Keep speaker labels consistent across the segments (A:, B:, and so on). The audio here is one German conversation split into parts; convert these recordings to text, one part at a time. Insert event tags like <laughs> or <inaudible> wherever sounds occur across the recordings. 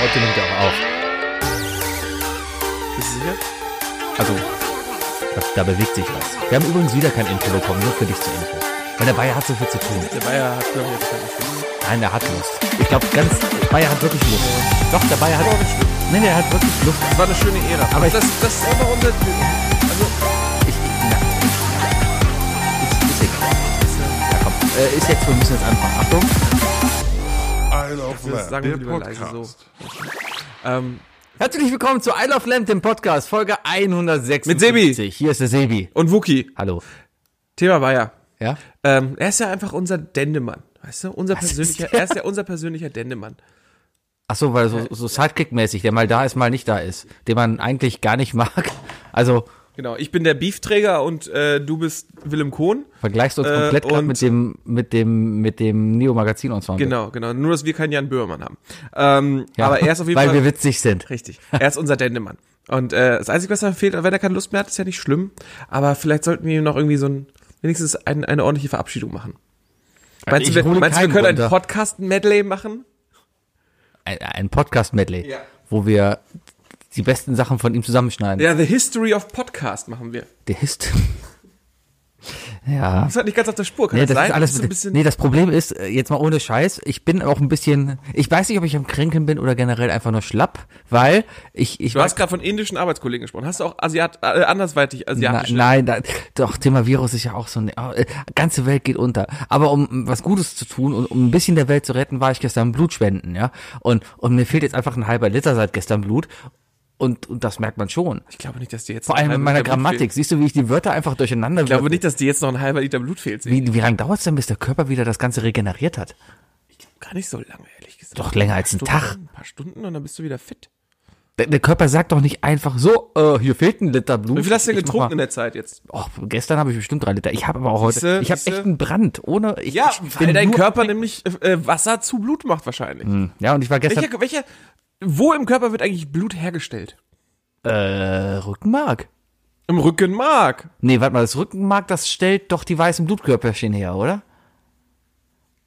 A: Heute nimmt er auch auf.
B: Bist du sicher?
A: Also, da, da bewegt sich was. Wir haben übrigens wieder kein Intro bekommen, nur für dich zur Info. Weil der Bayer hat so viel zu tun.
B: Der Bayer hat, glaube ich, jetzt keine Stimme.
A: Nein, der hat Lust. Ich glaube, ganz, Bayer hat wirklich Lust. Doch, der Bayer hat,
B: Aber nicht schlimm.
A: nein, der hat wirklich Lust.
B: Es war eine schöne Ära.
A: Aber ich-
B: das, das ist einfach unser. Also,
A: Ich, na, ist, ist egal. Ja, komm. Äh, ist jetzt, wir müssen jetzt anfangen. Achtung.
C: Isle of
B: das
C: Man,
B: sagen wir
C: der
B: lieber leise so.
C: Podcast.
B: Ähm,
A: Herzlich willkommen zu Isle of Lamp, dem Podcast, Folge 156.
B: Mit Sebi.
A: Hier ist der Sebi.
B: und Wookie,
A: Hallo.
B: Thema Bayer.
A: Ja?
B: Ähm, er ist ja einfach unser Dendemann. Weißt du? Unser
A: ist
B: persönlicher,
A: der?
B: er ist ja unser persönlicher Dendemann.
A: Ach so, weil so, so Sidekick-mäßig, der mal da ist, mal nicht da ist. Den man eigentlich gar nicht mag. Also,
B: Genau. Ich bin der Beefträger und äh, du bist Willem Kohn.
A: vergleichst du uns
B: Äh,
A: komplett grad
B: und-
A: mit dem, mit dem, mit dem Neo-Magazin und so.
B: Genau, genau. Nur, dass wir keinen Jan Böhmermann haben. Ähm,
A: Ja,
B: aber er ist auf jeden
A: weil
B: Fall.
A: wir witzig sind.
B: Richtig. Er ist unser Dendemann. Und äh, das Einzige, was da fehlt, wenn er keine Lust mehr hat, ist ja nicht schlimm. Aber vielleicht sollten wir ihm noch irgendwie so ein, wenigstens ein, eine ordentliche Verabschiedung machen. Meinst du,
A: ich
B: wir,
A: hole
B: meinst du, wir
A: keinen
B: können einen
A: runter.
B: Podcast-Medley machen?
A: Ein, ein Podcast-Medley,
B: Ja.
A: wo wir die besten Sachen von ihm zusammenschneiden.
B: Ja, The History of Podcast machen wir.
A: Der <laughs> Hist. ja.
B: Das hat nicht ganz auf der Spur. Kann
A: Nee,
B: das,
A: das
B: sein?
A: ist alles
B: ein bisschen,
A: nee, das Problem ist, äh, jetzt mal ohne Scheiß, ich bin auch ein bisschen, ich weiß nicht, ob ich am Kränkeln bin oder generell einfach nur schlapp, weil ich, ich
B: du hast gerade von indischen Arbeitskollegen gesprochen. Hast du auch Asiat, äh, andersweitig
A: Na,
B: asiatische?
A: nein, da, doch, Thema Virus ist ja auch so eine, oh, äh, ganze Welt geht unter. Aber um was Gutes zu tun und um ein bisschen der Welt zu retten, war ich gestern Blutspenden, ja. Und, und mir fehlt jetzt einfach ein halber Liter seit gestern Blut. Und, und das merkt man schon.
B: Ich glaube nicht, dass dir jetzt
A: Vor
B: noch ein
A: allem in
B: halber
A: meiner
B: Liter Blut
A: Grammatik.
B: fehlt.
A: Siehst du, wie ich die Wörter einfach durcheinander
B: Ich glaube nicht, dass dir jetzt noch ein halber Liter Blut fehlt. Sebi.
A: Wie, wie lange dauert es denn, bis der Körper wieder das Ganze regeneriert hat?
B: Gar nicht so lange, ehrlich gesagt.
A: Doch länger als ein
B: Stunden,
A: Tag.
B: Ein paar Stunden und dann bist du wieder fit.
A: Der, der Körper sagt doch nicht einfach so, äh, hier fehlt ein Liter Blut.
B: Wie viel hast du denn
A: Ich mach mal-
B: getrunken in der Zeit jetzt?
A: Oh, gestern habe ich bestimmt drei Liter. Ich habe aber auch heute,
B: Siehste,
A: ich habe
B: siehste.
A: echt einen Brand, ohne, ich,
B: Ja,
A: ich
B: weil
A: bin
B: dein
A: nur-
B: Körper nämlich äh, Wasser zu Blut macht wahrscheinlich.
A: Ja, und ich war gestern,
B: Welcher, welcher, wo im Körper wird eigentlich Blut hergestellt?
A: äh, Rückenmark.
B: Im Rückenmark.
A: Nee, warte mal, das Rückenmark, das stellt doch die weißen Blutkörperchen her, oder?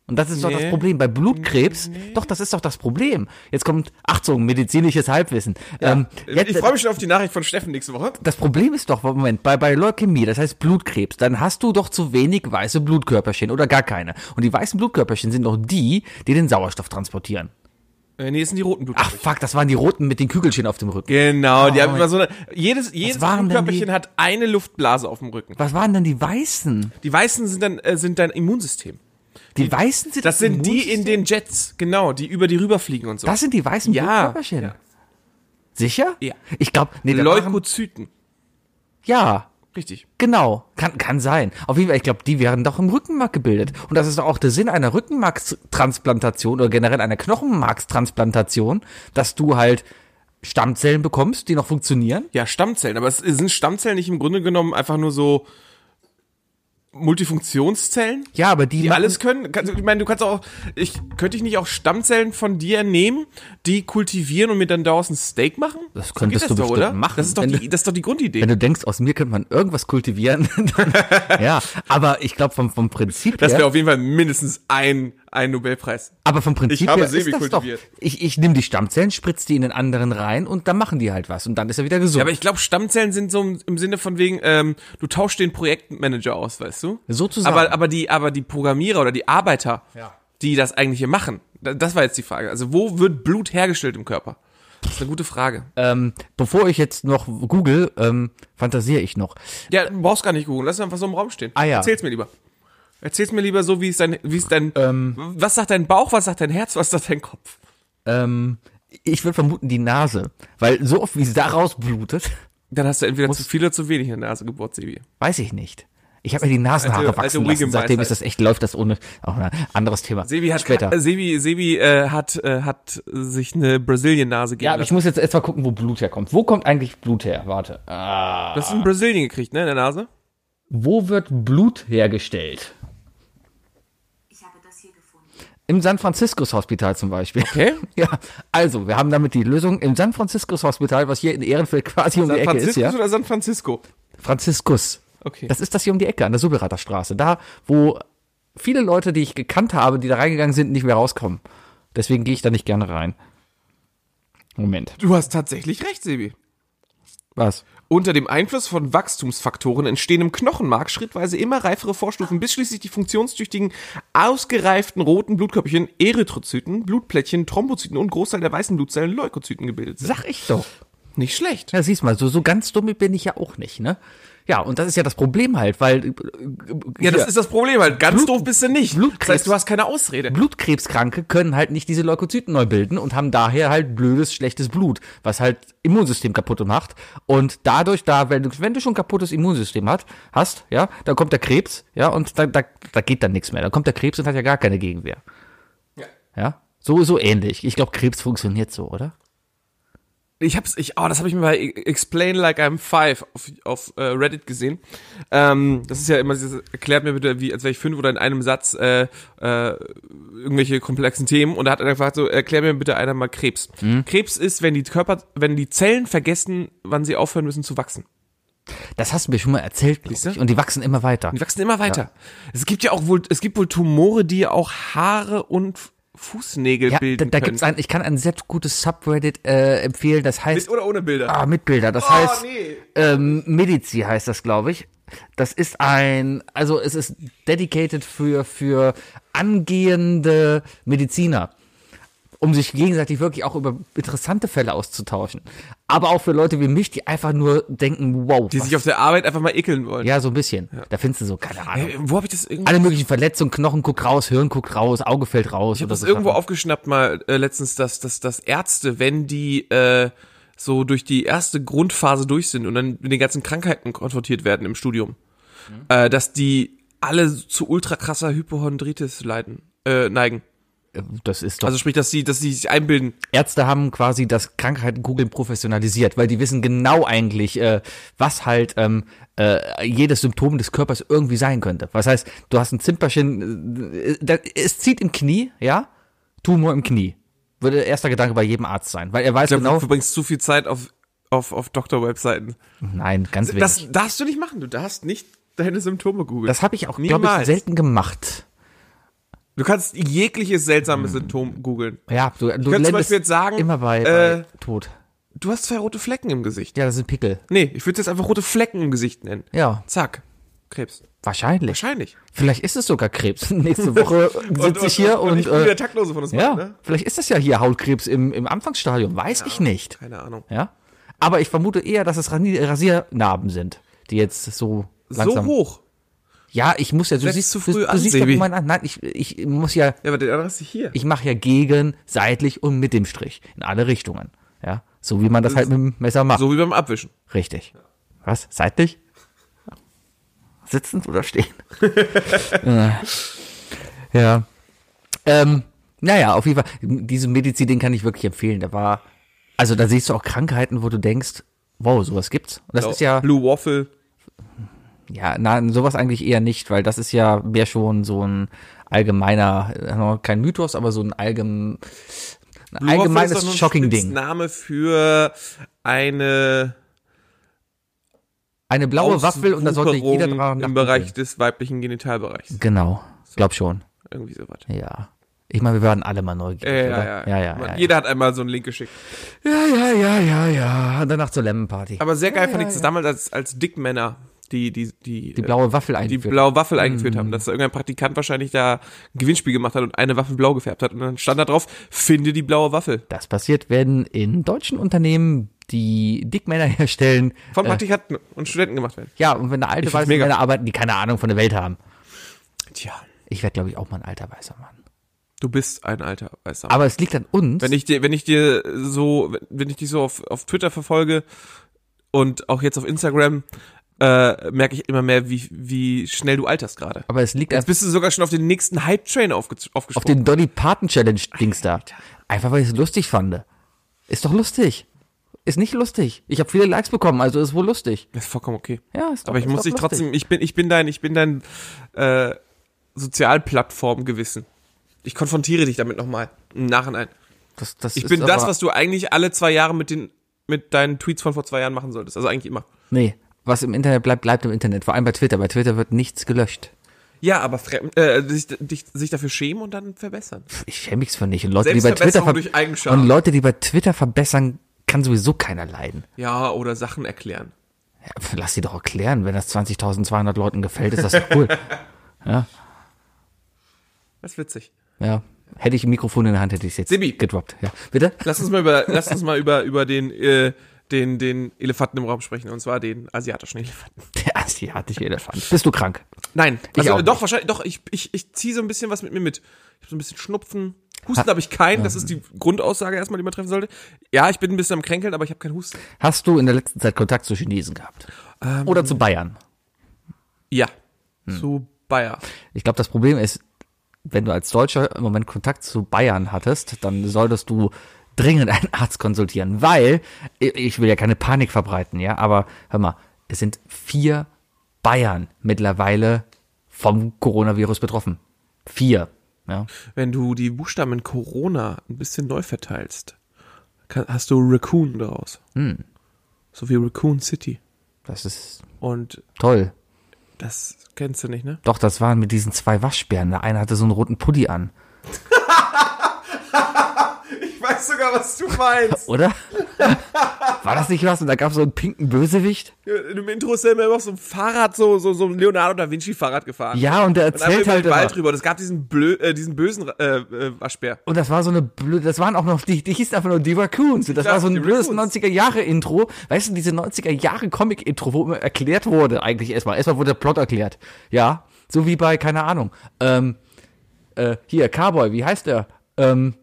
A: Und das ist doch das
B: Nee.
A: Problem bei Blutkrebs. Doch, das ist doch das Problem. Jetzt kommt, Achtung, medizinisches Halbwissen. Ähm, jetzt,
B: ich freue mich schon auf die Nachricht von Steffen nächste Woche.
A: das Problem ist doch, Moment, bei, bei Leukämie, das heißt Blutkrebs, dann hast du doch zu wenig weiße Blutkörperchen oder gar keine. Und die weißen Blutkörperchen sind doch die, die den Sauerstoff transportieren.
B: Äh, nee, es sind die roten Blut.
A: Ach fuck, das waren die roten mit den Kügelchen auf dem Rücken.
B: Genau, die
A: Oh
B: haben
A: mein-
B: immer so eine. Jedes, jedes
A: waren denn
B: Blutkörperchen
A: die?
B: hat eine Luftblase auf dem Rücken.
A: Was waren denn die weißen?
B: Die weißen sind dann äh, sind dein Immunsystem.
A: Die weißen sind
B: Das sind die in
A: Immunsystem?
B: den Jets, genau, die über die rüberfliegen und so.
A: Das sind die weißen
B: Ja,
A: Blutkörperchen.
B: ja.
A: Sicher?
B: Ja.
A: Ich glaube, nee, da waren,
B: Leukozyten.
A: ja,
B: Richtig.
A: genau, kann kann sein. Auf jeden Fall, ich glaube, die wären doch im Rückenmark gebildet und das ist doch auch der Sinn einer Rückenmarkstransplantation oder generell einer Knochenmarkstransplantation, dass du halt Stammzellen bekommst, die noch funktionieren.
B: Ja, Stammzellen. Aber es sind Stammzellen nicht im Grunde genommen einfach nur so Multifunktionszellen,
A: Ja, aber die,
B: die
A: machen-
B: alles können? Kannst- Ich meine, du kannst auch, ich könnte ich nicht auch Stammzellen von dir nehmen, die kultivieren und mir dann daraus ein Steak machen?
A: Das
B: So
A: könntest du
B: doch,
A: bestimmt
B: oder?
A: machen,
B: Das ist doch
A: wenn
B: die, das ist doch die Grundidee.
A: wenn du denkst, aus mir könnte man irgendwas kultivieren. <laughs> dann, ja, aber ich glaube vom vom Prinzip
B: Das wäre
A: her,
B: auf jeden Fall mindestens ein, ein Nobelpreis.
A: aber vom Prinzip
B: Ich habe
A: her
B: Sebi
A: ist das doch.
B: kultiviert.
A: Ich ich nehme die Stammzellen, spritz die in den anderen rein und dann machen die halt was und dann ist er wieder gesund.
B: Ja, aber ich glaube, Stammzellen sind so im, im Sinne von wegen, ähm, du tauschst den Projektmanager aus, weißt du?
A: Sozusagen.
B: Aber, aber, die, aber die Programmierer oder die Arbeiter, die das eigentlich hier machen, da- das war jetzt die Frage. Also wo wird Blut hergestellt im Körper? Das ist eine gute Frage.
A: Ähm, bevor ich jetzt noch google, ähm, fantasiere ich noch.
B: ja, du brauchst gar nicht googeln, lass es einfach so im Raum stehen.
A: Ah, ja.
B: Erzähl's mir lieber. Erzähl's mir lieber so, wie es dein, wie es dein, was sagt dein Bauch, was sagt dein Herz, was sagt dein Kopf?
A: Ähm, ich würde vermuten die Nase, weil so oft wie es daraus blutet,
B: Dann hast du entweder zu viel oder zu wenig in der Nase gebohrt, Sebi.
A: weiß ich nicht. Ich habe mir die Nasenhaare
B: Alte-
A: wachsen
B: alte
A: lassen. Seitdem
B: Wiggum-Weisheit.
A: ist das echt läuft das ohne auch ein anderes Thema.
B: Sebi hat,
A: später.
B: äh, Sebi, Sebi äh, hat, äh, hat sich eine Brasilien-Nase gegeben.
A: ja, aber ich muss jetzt erst mal gucken, wo Blut herkommt. Wo kommt eigentlich Blut her? Warte. Ah.
B: Du hast in Brasilien gekriegt, ne, in der Nase?
A: Wo wird Blut hergestellt?
D: Ich habe das hier gefunden.
A: Im San Franciscus Hospital zum Beispiel.
B: Okay.
A: <laughs> Ja, also, wir haben damit die Lösung im San Franciscus Hospital, was hier in Ehrenfeld quasi um die
B: San
A: Ecke ist,
B: Francisco
A: ja.
B: oder San Francisco?
A: Franziskus.
B: Okay.
A: Das ist das hier um die Ecke an der Subberater Straße. Da, wo viele Leute, die ich gekannt habe, die da reingegangen sind, nicht mehr rauskommen. Deswegen gehe ich da nicht gerne rein. Moment.
B: Du hast tatsächlich recht, Sebi.
A: Was?
B: Unter dem Einfluss von Wachstumsfaktoren entstehen im Knochenmark schrittweise immer reifere Vorstufen, bis schließlich die funktionstüchtigen, ausgereiften roten Blutkörperchen, Erythrozyten, Blutplättchen, Thrombozyten und Großteil der weißen Blutzellen, Leukozyten gebildet sind.
A: Sag ich doch.
B: Nicht schlecht.
A: Ja, siehst mal, so, so ganz dumm bin ich ja auch nicht, ne? Ja, und das ist ja das Problem halt, weil. äh,
B: Ja, das
A: hier,
B: ist das Problem, weil ganz
A: Blut-
B: doof bist du nicht.
A: Blutkrebs.
B: Das heißt, du hast keine Ausrede.
A: Blutkrebskranke können halt nicht diese Leukozyten neu bilden und haben daher halt blödes, schlechtes Blut, was halt Immunsystem kaputt macht. Und dadurch, da, wenn du, wenn du schon kaputtes Immunsystem hat, hast, ja, dann kommt der Krebs, ja, und da, da, da geht dann nichts mehr. Dann kommt der Krebs und hat ja gar keine Gegenwehr. Ja. Ja. So, so ähnlich. Ich glaube, Krebs funktioniert so, oder?
B: Ich hab's, ich, oh, das habe ich mir bei Explain Like I'm Five auf, auf äh, Reddit gesehen. Ähm, das ist ja immer dieses, erklärt mir bitte, wie, als wäre ich fünf oder in einem Satz äh, äh, irgendwelche komplexen Themen. Und da hat er gefragt, so, erklär mir bitte einer mal Krebs.
A: Mhm.
B: Krebs ist, wenn die Körper, wenn die Zellen vergessen, wann sie aufhören müssen zu wachsen.
A: Das hast du mir schon mal erzählt, glaub
B: Siehste?
A: ich. Und die wachsen immer weiter.
B: Die wachsen immer weiter. Es gibt ja auch wohl, es gibt wohl Tumore, die auch Haare und Fußnägel
A: Ja, da,
B: bilden.
A: da
B: können.
A: gibt's ein, ich kann ein sehr gutes Subreddit äh, empfehlen, das heißt.
B: Mit oder ohne Bilder.
A: Ah, mit Bilder. Das heißt,
B: nee.
A: ähm, Medici heißt das, glaube ich. Das ist ein, also es ist dedicated für, für angehende Mediziner, um sich gegenseitig wirklich auch über interessante Fälle auszutauschen. Aber auch für Leute wie mich, die einfach nur denken, wow.
B: Die
A: was-
B: sich auf der Arbeit einfach mal ekeln wollen.
A: ja, so ein bisschen. Da findest du so, keine Ahnung.
B: Äh, Wo habe ich das irgendwie?
A: Alle möglichen Verletzungen, Knochen guckt raus, Hirn guckt raus, Auge fällt raus.
B: Ich habe
A: oder
B: das
A: so
B: irgendwo
A: Sachen.
B: aufgeschnappt mal äh, letztens, dass, dass, dass Ärzte, wenn die äh, so durch die erste Grundphase durch sind und dann mit den ganzen Krankheiten konfrontiert werden im Studium,
A: Mhm.
B: äh, dass die alle zu ultra krasser Hypochondritis leiden, äh, neigen.
A: Äh, Das ist doch
B: Also sprich, dass sie, dass sie sich einbilden.
A: Ärzte haben quasi das Krankheiten-Googeln professionalisiert, weil die wissen genau eigentlich, äh, was halt ähm, äh, jedes Symptom des Körpers irgendwie sein könnte. Was heißt, du hast ein Zimperchen, äh, da- es zieht im Knie, ja? Tumor im Knie. Würde erster Gedanke bei jedem Arzt sein, weil er weiß
B: Ich glaube,
A: genau.
B: du verbringst zu viel Zeit auf, auf, auf Doktor-Webseiten.
A: Nein, ganz wenig. Das,
B: Das darfst du nicht machen. Du darfst nicht deine Symptome googeln.
A: das habe ich auch, glaube ich,
B: Niemals.
A: selten gemacht.
B: Du kannst jegliches
A: Mhm.
B: seltsames Symptom googeln.
A: Ja, du, du
B: Könntest
A: landest
B: zum Beispiel jetzt sagen,
A: immer bei,
B: äh,
A: bei Tod.
B: Du hast zwei rote Flecken im Gesicht.
A: Ja, das sind Pickel.
B: Nee, ich würde jetzt einfach rote Flecken im Gesicht nennen.
A: Ja,
B: Zack. Krebs.
A: wahrscheinlich.
B: Wahrscheinlich.
A: Vielleicht ist es sogar Krebs. <laughs> Nächste Woche sitze ich hier und,
B: ich bin
A: äh,
B: der Taktlose von uns
A: Ja,
B: beiden, ne?
A: vielleicht ist das ja hier Hautkrebs im, im Anfangsstadium, weiß ich nicht.
B: Keine Ahnung.
A: Ja, aber ich vermute eher, dass es Rani- Rasiernarben sind, die jetzt so langsam.
B: So hoch.
A: Ja, ich muss ja, du
B: Setzt
A: siehst
B: zu
A: du-
B: früh
A: du
B: an,
A: siehst ja,
B: Sebi.
A: wie man an. Nein, ich, ich muss ja,
B: Ja, aber der andere ist hier.
A: ich mache ja gegen, seitlich und mit dem Strich in alle Richtungen. Ja, so wie man das halt mit dem Messer macht.
B: so wie beim Abwischen.
A: Richtig. Was? Seitlich? Sitzend oder stehen? <laughs> ja. Ähm, naja, auf jeden Fall. Diesen Medizin, den kann ich wirklich empfehlen. Da war, also da siehst du auch Krankheiten, wo du denkst, wow, sowas gibt's. Und das ist ja,
B: Blue Waffle.
A: ja, na, sowas eigentlich eher nicht, weil das ist ja mehr schon so ein allgemeiner, äh, kein Mythos, aber so ein allgemein, ein
B: Blue Waffle
A: allgemeines
B: ist doch nur ein
A: Shocking-Ding.
B: Name für eine
A: Eine blaue Waffel und da sollte jeder
B: Auswucherung
A: dran
B: im Bereich des weiblichen Genitalbereichs.
A: Genau. Glaub schon.
B: Irgendwie sowas.
A: Ja. Ich meine, wir waren alle mal neugierig,
B: Äh,
A: oder?
B: ja, ja,
A: ja,
B: Man-
A: ja, ja,
B: Jeder hat einmal so einen Link geschickt.
A: ja, ja, ja, ja, ja. Und danach zur Lemon Party.
B: Aber sehr geil fand ich das damals als, als Dickmänner, die, die, die, äh,
A: die blaue Waffel
B: die
A: eingeführt.
B: blaue Waffel eingeführt
A: Mhm.
B: haben, dass da irgendein Praktikant wahrscheinlich da ein Gewinnspiel gemacht hat und eine Waffel blau gefärbt hat und dann stand da drauf, finde die blaue Waffel.
A: das passiert, wenn in deutschen Unternehmen die Dickmänner <laughs> herstellen. äh,
B: Von Praktikanten und Studenten gemacht werden.
A: Ja, und wenn da alte
B: find's
A: weiße
B: mega.
A: Männer arbeiten, die keine Ahnung von der Welt haben.
B: Tja,
A: Ich werde, glaube ich, auch mal ein alter weißer Mann.
B: du bist ein alter weißer Mann.
A: Aber es liegt an uns.
B: Wenn ich dir, wenn ich dir so, wenn ich dich so auf, auf Twitter verfolge und auch jetzt auf Instagram, äh, merke ich immer mehr, wie, wie schnell du alterst gerade.
A: aber es liegt an,
B: Jetzt bist du sogar schon auf den nächsten Hype-Train aufge
A: auf
B: aufgesprungen.
A: den Dolly Parton Challenge Dings da. Einfach weil ich es lustig fand. Ist doch lustig. Ist nicht lustig. Ich habe viele Likes bekommen, also ist wohl lustig.
B: ist vollkommen okay.
A: Ja, ist doch,
B: Aber ich
A: ist
B: muss
A: doch
B: dich
A: lustig.
B: trotzdem, ich bin, ich bin dein, ich bin dein äh, Sozialplattformgewissen. Ich konfrontiere dich damit nochmal im Nachhinein.
A: Das, das
B: Ich
A: ist
B: bin das,
A: aber-
B: was du eigentlich alle zwei Jahre mit den mit deinen Tweets von vor zwei Jahren machen solltest. Also eigentlich immer.
A: Nee, was im Internet bleibt, bleibt im Internet. Vor allem bei Twitter. Bei Twitter wird nichts gelöscht.
B: Ja, aber fremd, äh, sich, dich, sich dafür schämen und dann verbessern.
A: Ich schäme mich für nicht. Und Leute, die bei Twitter
B: Selbstverbesserung
A: ver-
B: durch Eigenscham.
A: und Leute, die bei Twitter verbessern, kann sowieso keiner leiden.
B: Ja, oder Sachen erklären.
A: Ja, pf, lass sie doch erklären, wenn das 20.200 Leuten gefällt, ist das doch
B: <laughs>
A: cool.
B: Das ist witzig.
A: ja. Hätte ich ein Mikrofon in der Hand, hätte ich es jetzt
B: Sibi.
A: gedroppt. Ja.
B: <laughs>
A: Bitte?
B: Lass uns mal über, lass uns mal über, über den, äh, den, den Elefanten im Raum sprechen, und zwar den asiatischen Elefanten.
A: Der asiatische Elefant. Bist du krank?
B: Nein,
A: Ich
B: also
A: auch
B: äh, doch, wahrscheinlich, doch, ich, ich, ich ziehe so ein bisschen was mit mir mit. Ich habe so ein bisschen Schnupfen. Husten habe ich keinen, das ist die Grundaussage erstmal, die man treffen sollte. Ja, ich bin ein bisschen am Kränkeln, aber ich habe keinen Husten.
A: Hast du in der letzten Zeit Kontakt zu Chinesen gehabt?
B: Ähm.
A: Oder zu Bayern?
B: Ja. Zu Bayer.
A: Ich glaube, das Problem ist, wenn du als Deutscher im Moment Kontakt zu Bayern hattest, dann solltest du dringend einen Arzt konsultieren, weil ich- ich will ja keine Panik verbreiten, ja, aber hör mal, es sind vier Bayern mittlerweile vom Coronavirus betroffen. Vier. Ja.
B: Wenn du die Buchstaben in Corona ein bisschen neu verteilst, kann, hast du Raccoon daraus. So wie Raccoon City.
A: Das ist
B: Und
A: toll.
B: das kennst du nicht, ne?
A: Doch, das waren mit diesen zwei Waschbären. Der eine hatte so einen roten Pulli an,
B: Ich weiß sogar, was du <laughs> meinst.
A: oder? <laughs> War das nicht was? Und da gab es so einen pinken Bösewicht?
B: Im Intro ist er immer auf so ein Fahrrad, so, so, so ein Leonardo da Vinci Fahrrad gefahren.
A: Ja, und der
B: Und einfach
A: erzählt
B: über
A: halt
B: den Wald
A: immer.
B: rüber. Und es gab diesen, blö äh, diesen bösen äh, äh, Waschbär.
A: Und das war so eine blöde, das waren auch noch, die, die hießen einfach nur die Raccoons. Und das
B: Ja,
A: war so
B: die
A: ein blödes
B: Raccoons.
A: 90er-Jahre-Intro. Weißt du, diese 90er-Jahre-Comic-Intro, wo immer erklärt wurde, eigentlich erstmal. Erstmal wurde der Plot erklärt. Ja, so wie bei, keine Ahnung, ähm, äh, hier, Cowboy, wie heißt der? Ähm,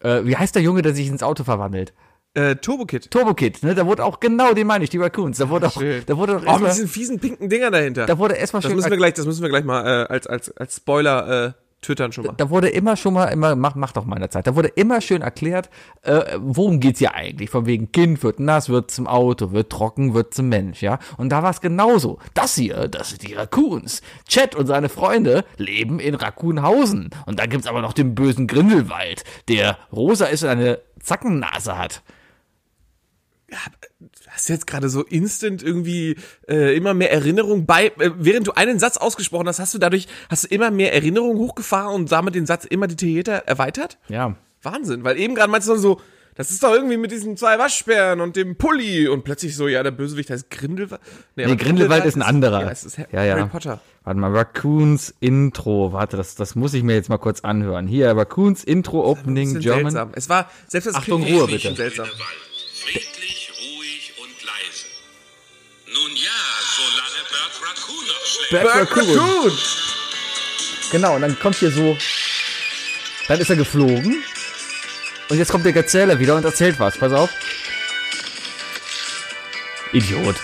A: äh, wie heißt der Junge, der sich ins Auto verwandelt?
B: Äh, Turbo Kid.
A: Turbo Kid, ne? Da wurde auch, genau, den meine ich, die Raccoons. Da wurde auch, da wurde auch
B: Oh, mit
A: erstmal,
B: diesen fiesen pinken Dingern dahinter.
A: da wurde erstmal
B: das
A: schön,
B: müssen wir gleich, das müssen wir gleich mal äh, als, als, als Spoiler äh, twittern schon mal.
A: da wurde immer schon mal immer mach mach doch mal in der Zeit. Da wurde immer schön erklärt, äh, worum geht's hier eigentlich? Von wegen Kind wird nass, wird zum Auto, wird trocken, wird zum Mensch, ja? Und da war es genauso. Das hier, das sind die Raccoons. Chet und seine Freunde leben in Raccoonhausen und da gibt's aber noch den bösen Grindelwald, der rosa ist und eine Zackennase hat.
B: Hast du jetzt gerade so instant irgendwie äh, immer mehr Erinnerung bei, äh, während du einen Satz ausgesprochen hast, hast du dadurch, hast du immer mehr Erinnerung hochgefahren und damit den Satz immer detaillierter erweitert?
A: Ja.
B: Wahnsinn, weil eben gerade meinst du so, das ist doch irgendwie mit diesen zwei Waschbären und dem Pulli und plötzlich so, ja, der Bösewicht heißt Grindelwald.
A: Nee,
B: aber
A: Grindelwald ist ein anderer.
B: Ja, es ist Harry Potter.
A: Warte mal, Raccoons Intro. Warte, das, das muss ich mir jetzt mal kurz anhören. Hier, Raccoons Intro Opening
B: Bisschen
A: German.
B: seltsam. Es war, selbst das
A: Achtung,
B: Kind
A: Ruhe,
B: ist schon
A: bitte.
B: seltsam.
E: Friedlich, ruhig und leise. Nun ja, solange Bert Raccoon noch schläft.
A: Bert Raccoon. Genau, und dann kommt hier so. Dann ist er geflogen. Und jetzt kommt der Gazelle wieder und erzählt was. Pass auf. Idiot.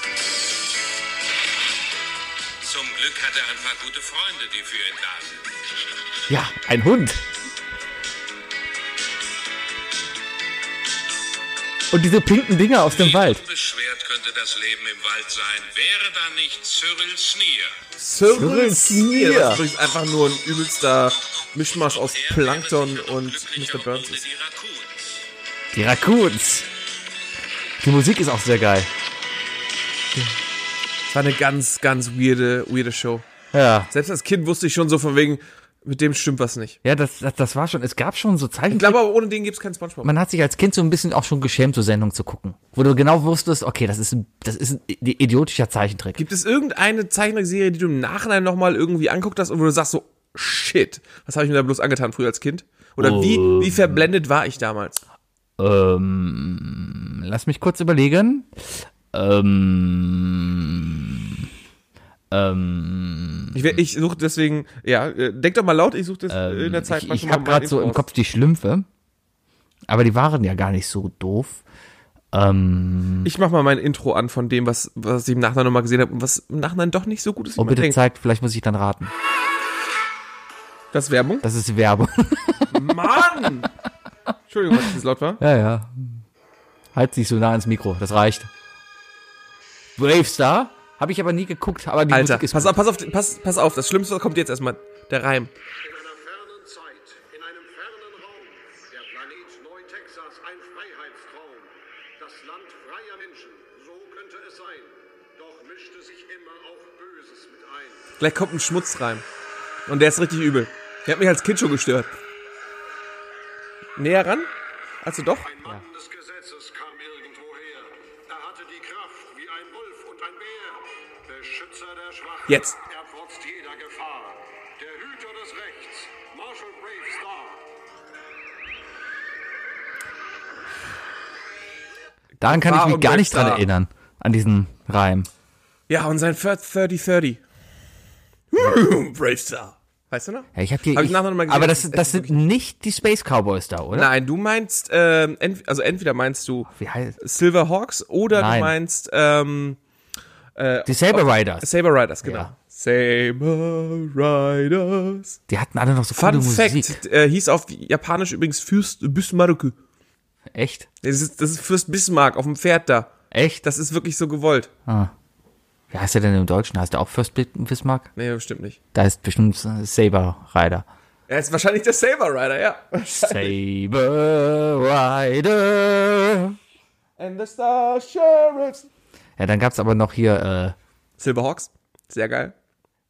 E: Zum Glück hat er ein paar gute Freunde, die für ihn da sind.
A: Ja, ein Hund. Und diese pinken Dinger aus dem Wald.
E: Wie unbeschwert könnte das Leben im Wald sein, wäre da nicht Cyril Sneer.
B: Cyril
A: Sneer.
B: Sneer. Das ist übrigens einfach nur ein übelster Mischmasch aus
E: Er
B: Plankton
E: wäre sicher noch
B: und
E: glücklicher
B: Mr. Burns.
E: ohne die Raccoons.
A: Die Raccoons. Die Musik ist auch sehr geil.
B: Es war eine ganz, ganz weirde, weirde Show.
A: Ja.
B: Selbst als Kind wusste ich schon so von wegen, mit dem stimmt was nicht.
A: Ja, das, das, das war schon. Es gab schon so Zeichen.
B: Ich glaube aber, ohne den gibt's keinen Spongebob.
A: man hat sich als Kind so ein bisschen auch schon geschämt, so Sendungen zu gucken. Wo du genau wusstest, okay, das ist ein, das ist ein i- idiotischer Zeichentrick.
B: Gibt es irgendeine Zeichentrickserie, die du im Nachhinein nochmal irgendwie anguckt hast und wo du sagst so, shit, was habe ich mir da bloß angetan früher als Kind? Oder wie,
A: Oh.
B: wie verblendet war ich damals?
A: Ähm, lass mich kurz überlegen. Ähm, ähm,
B: Ich, wär- ich suche deswegen, ja, äh, denk doch mal laut, ich suche das äh, in der Zeit
A: Ähm, ich
B: mal
A: ich
B: schon mal
A: habe
B: mein
A: gerade so
B: Info
A: im
B: raus.
A: Kopf die Schlümpfe, aber die waren ja gar nicht so doof. Ähm,
B: Ich mach mal mein Intro an von dem, was, was ich im Nachhinein nochmal gesehen habe und was im Nachhinein doch nicht so gut ist. wie
A: oh,
B: man
A: bitte
B: denkt.
A: zeigt, vielleicht muss ich dann raten.
B: Das ist Werbung.
A: Das ist Werbung. <laughs>
B: Mann! Entschuldigung, dass das laut war.
A: Ja, ja. Halt dich so nah ans Mikro, das reicht. Brave Star? Habe ich aber nie geguckt, aber die
B: Alter,
A: Musik ist
B: pass
A: gut.
B: auf, pass auf, pass, pass auf, das Schlimmste kommt jetzt erstmal. Der Reim.
F: In einer fernen Zeit, in einem fernen Raum, der Planet Neu-Texas ein Freiheitstraum. Das Land freier Menschen, so könnte es sein. Doch mischte sich immer auch Böses mit ein.
B: Gleich kommt ein Schmutzreim. Und der ist richtig übel. Der hat mich als Kind schon gestört. Näher ran? Also doch?
F: Ein Mann des Gesetzes kam irgendwoher. Er hatte die Kraft wie ein Wolf und ein Bär. Beschützer der Schwachen.
B: Jetzt.
F: Er trotzt jeder Gefahr. Der Hüter des Rechts. Marshall Bravestar.
A: Daran kann
B: War
A: ich mich
B: und
A: gar nicht dran
B: Webstar.
A: erinnern, an diesen Reim.
B: Ja, und sein 3030. <laughs> Brave Star. Weißt du noch?
A: Ja, ich habe hier.
B: Hab ich nachher noch mal gesehen.
A: aber das,
B: Es
A: das
B: ist
A: sind nicht die Space Cowboys da, oder?
B: Nein, du meinst, ähm, ent also entweder meinst du
A: Wie heißt
B: Silverhawks oder
A: Nein.
B: du meinst ähm,
A: Die Saber Riders.
B: Saber Riders, genau.
A: Ja.
B: Saber Riders.
A: Die hatten alle noch so
B: Fun
A: coole Musik.
B: Fact, äh, hieß auf Japanisch übrigens Fürst Bismarck.
A: Echt?
B: Das ist, das ist Fürst Bismarck auf dem Pferd da.
A: Echt?
B: Das ist wirklich so gewollt.
A: Wie heißt der denn im Deutschen? Heißt der auch Fürst Bi- Bismarck?
B: Nee, bestimmt nicht.
A: Da ist bestimmt äh, Saber Rider.
B: Er ist wahrscheinlich der Saber Rider, ja.
A: Saber Rider.
B: And the Star Sheriffs.
A: Ja, dann gab's aber noch hier.
B: Silverhawks. Sehr geil.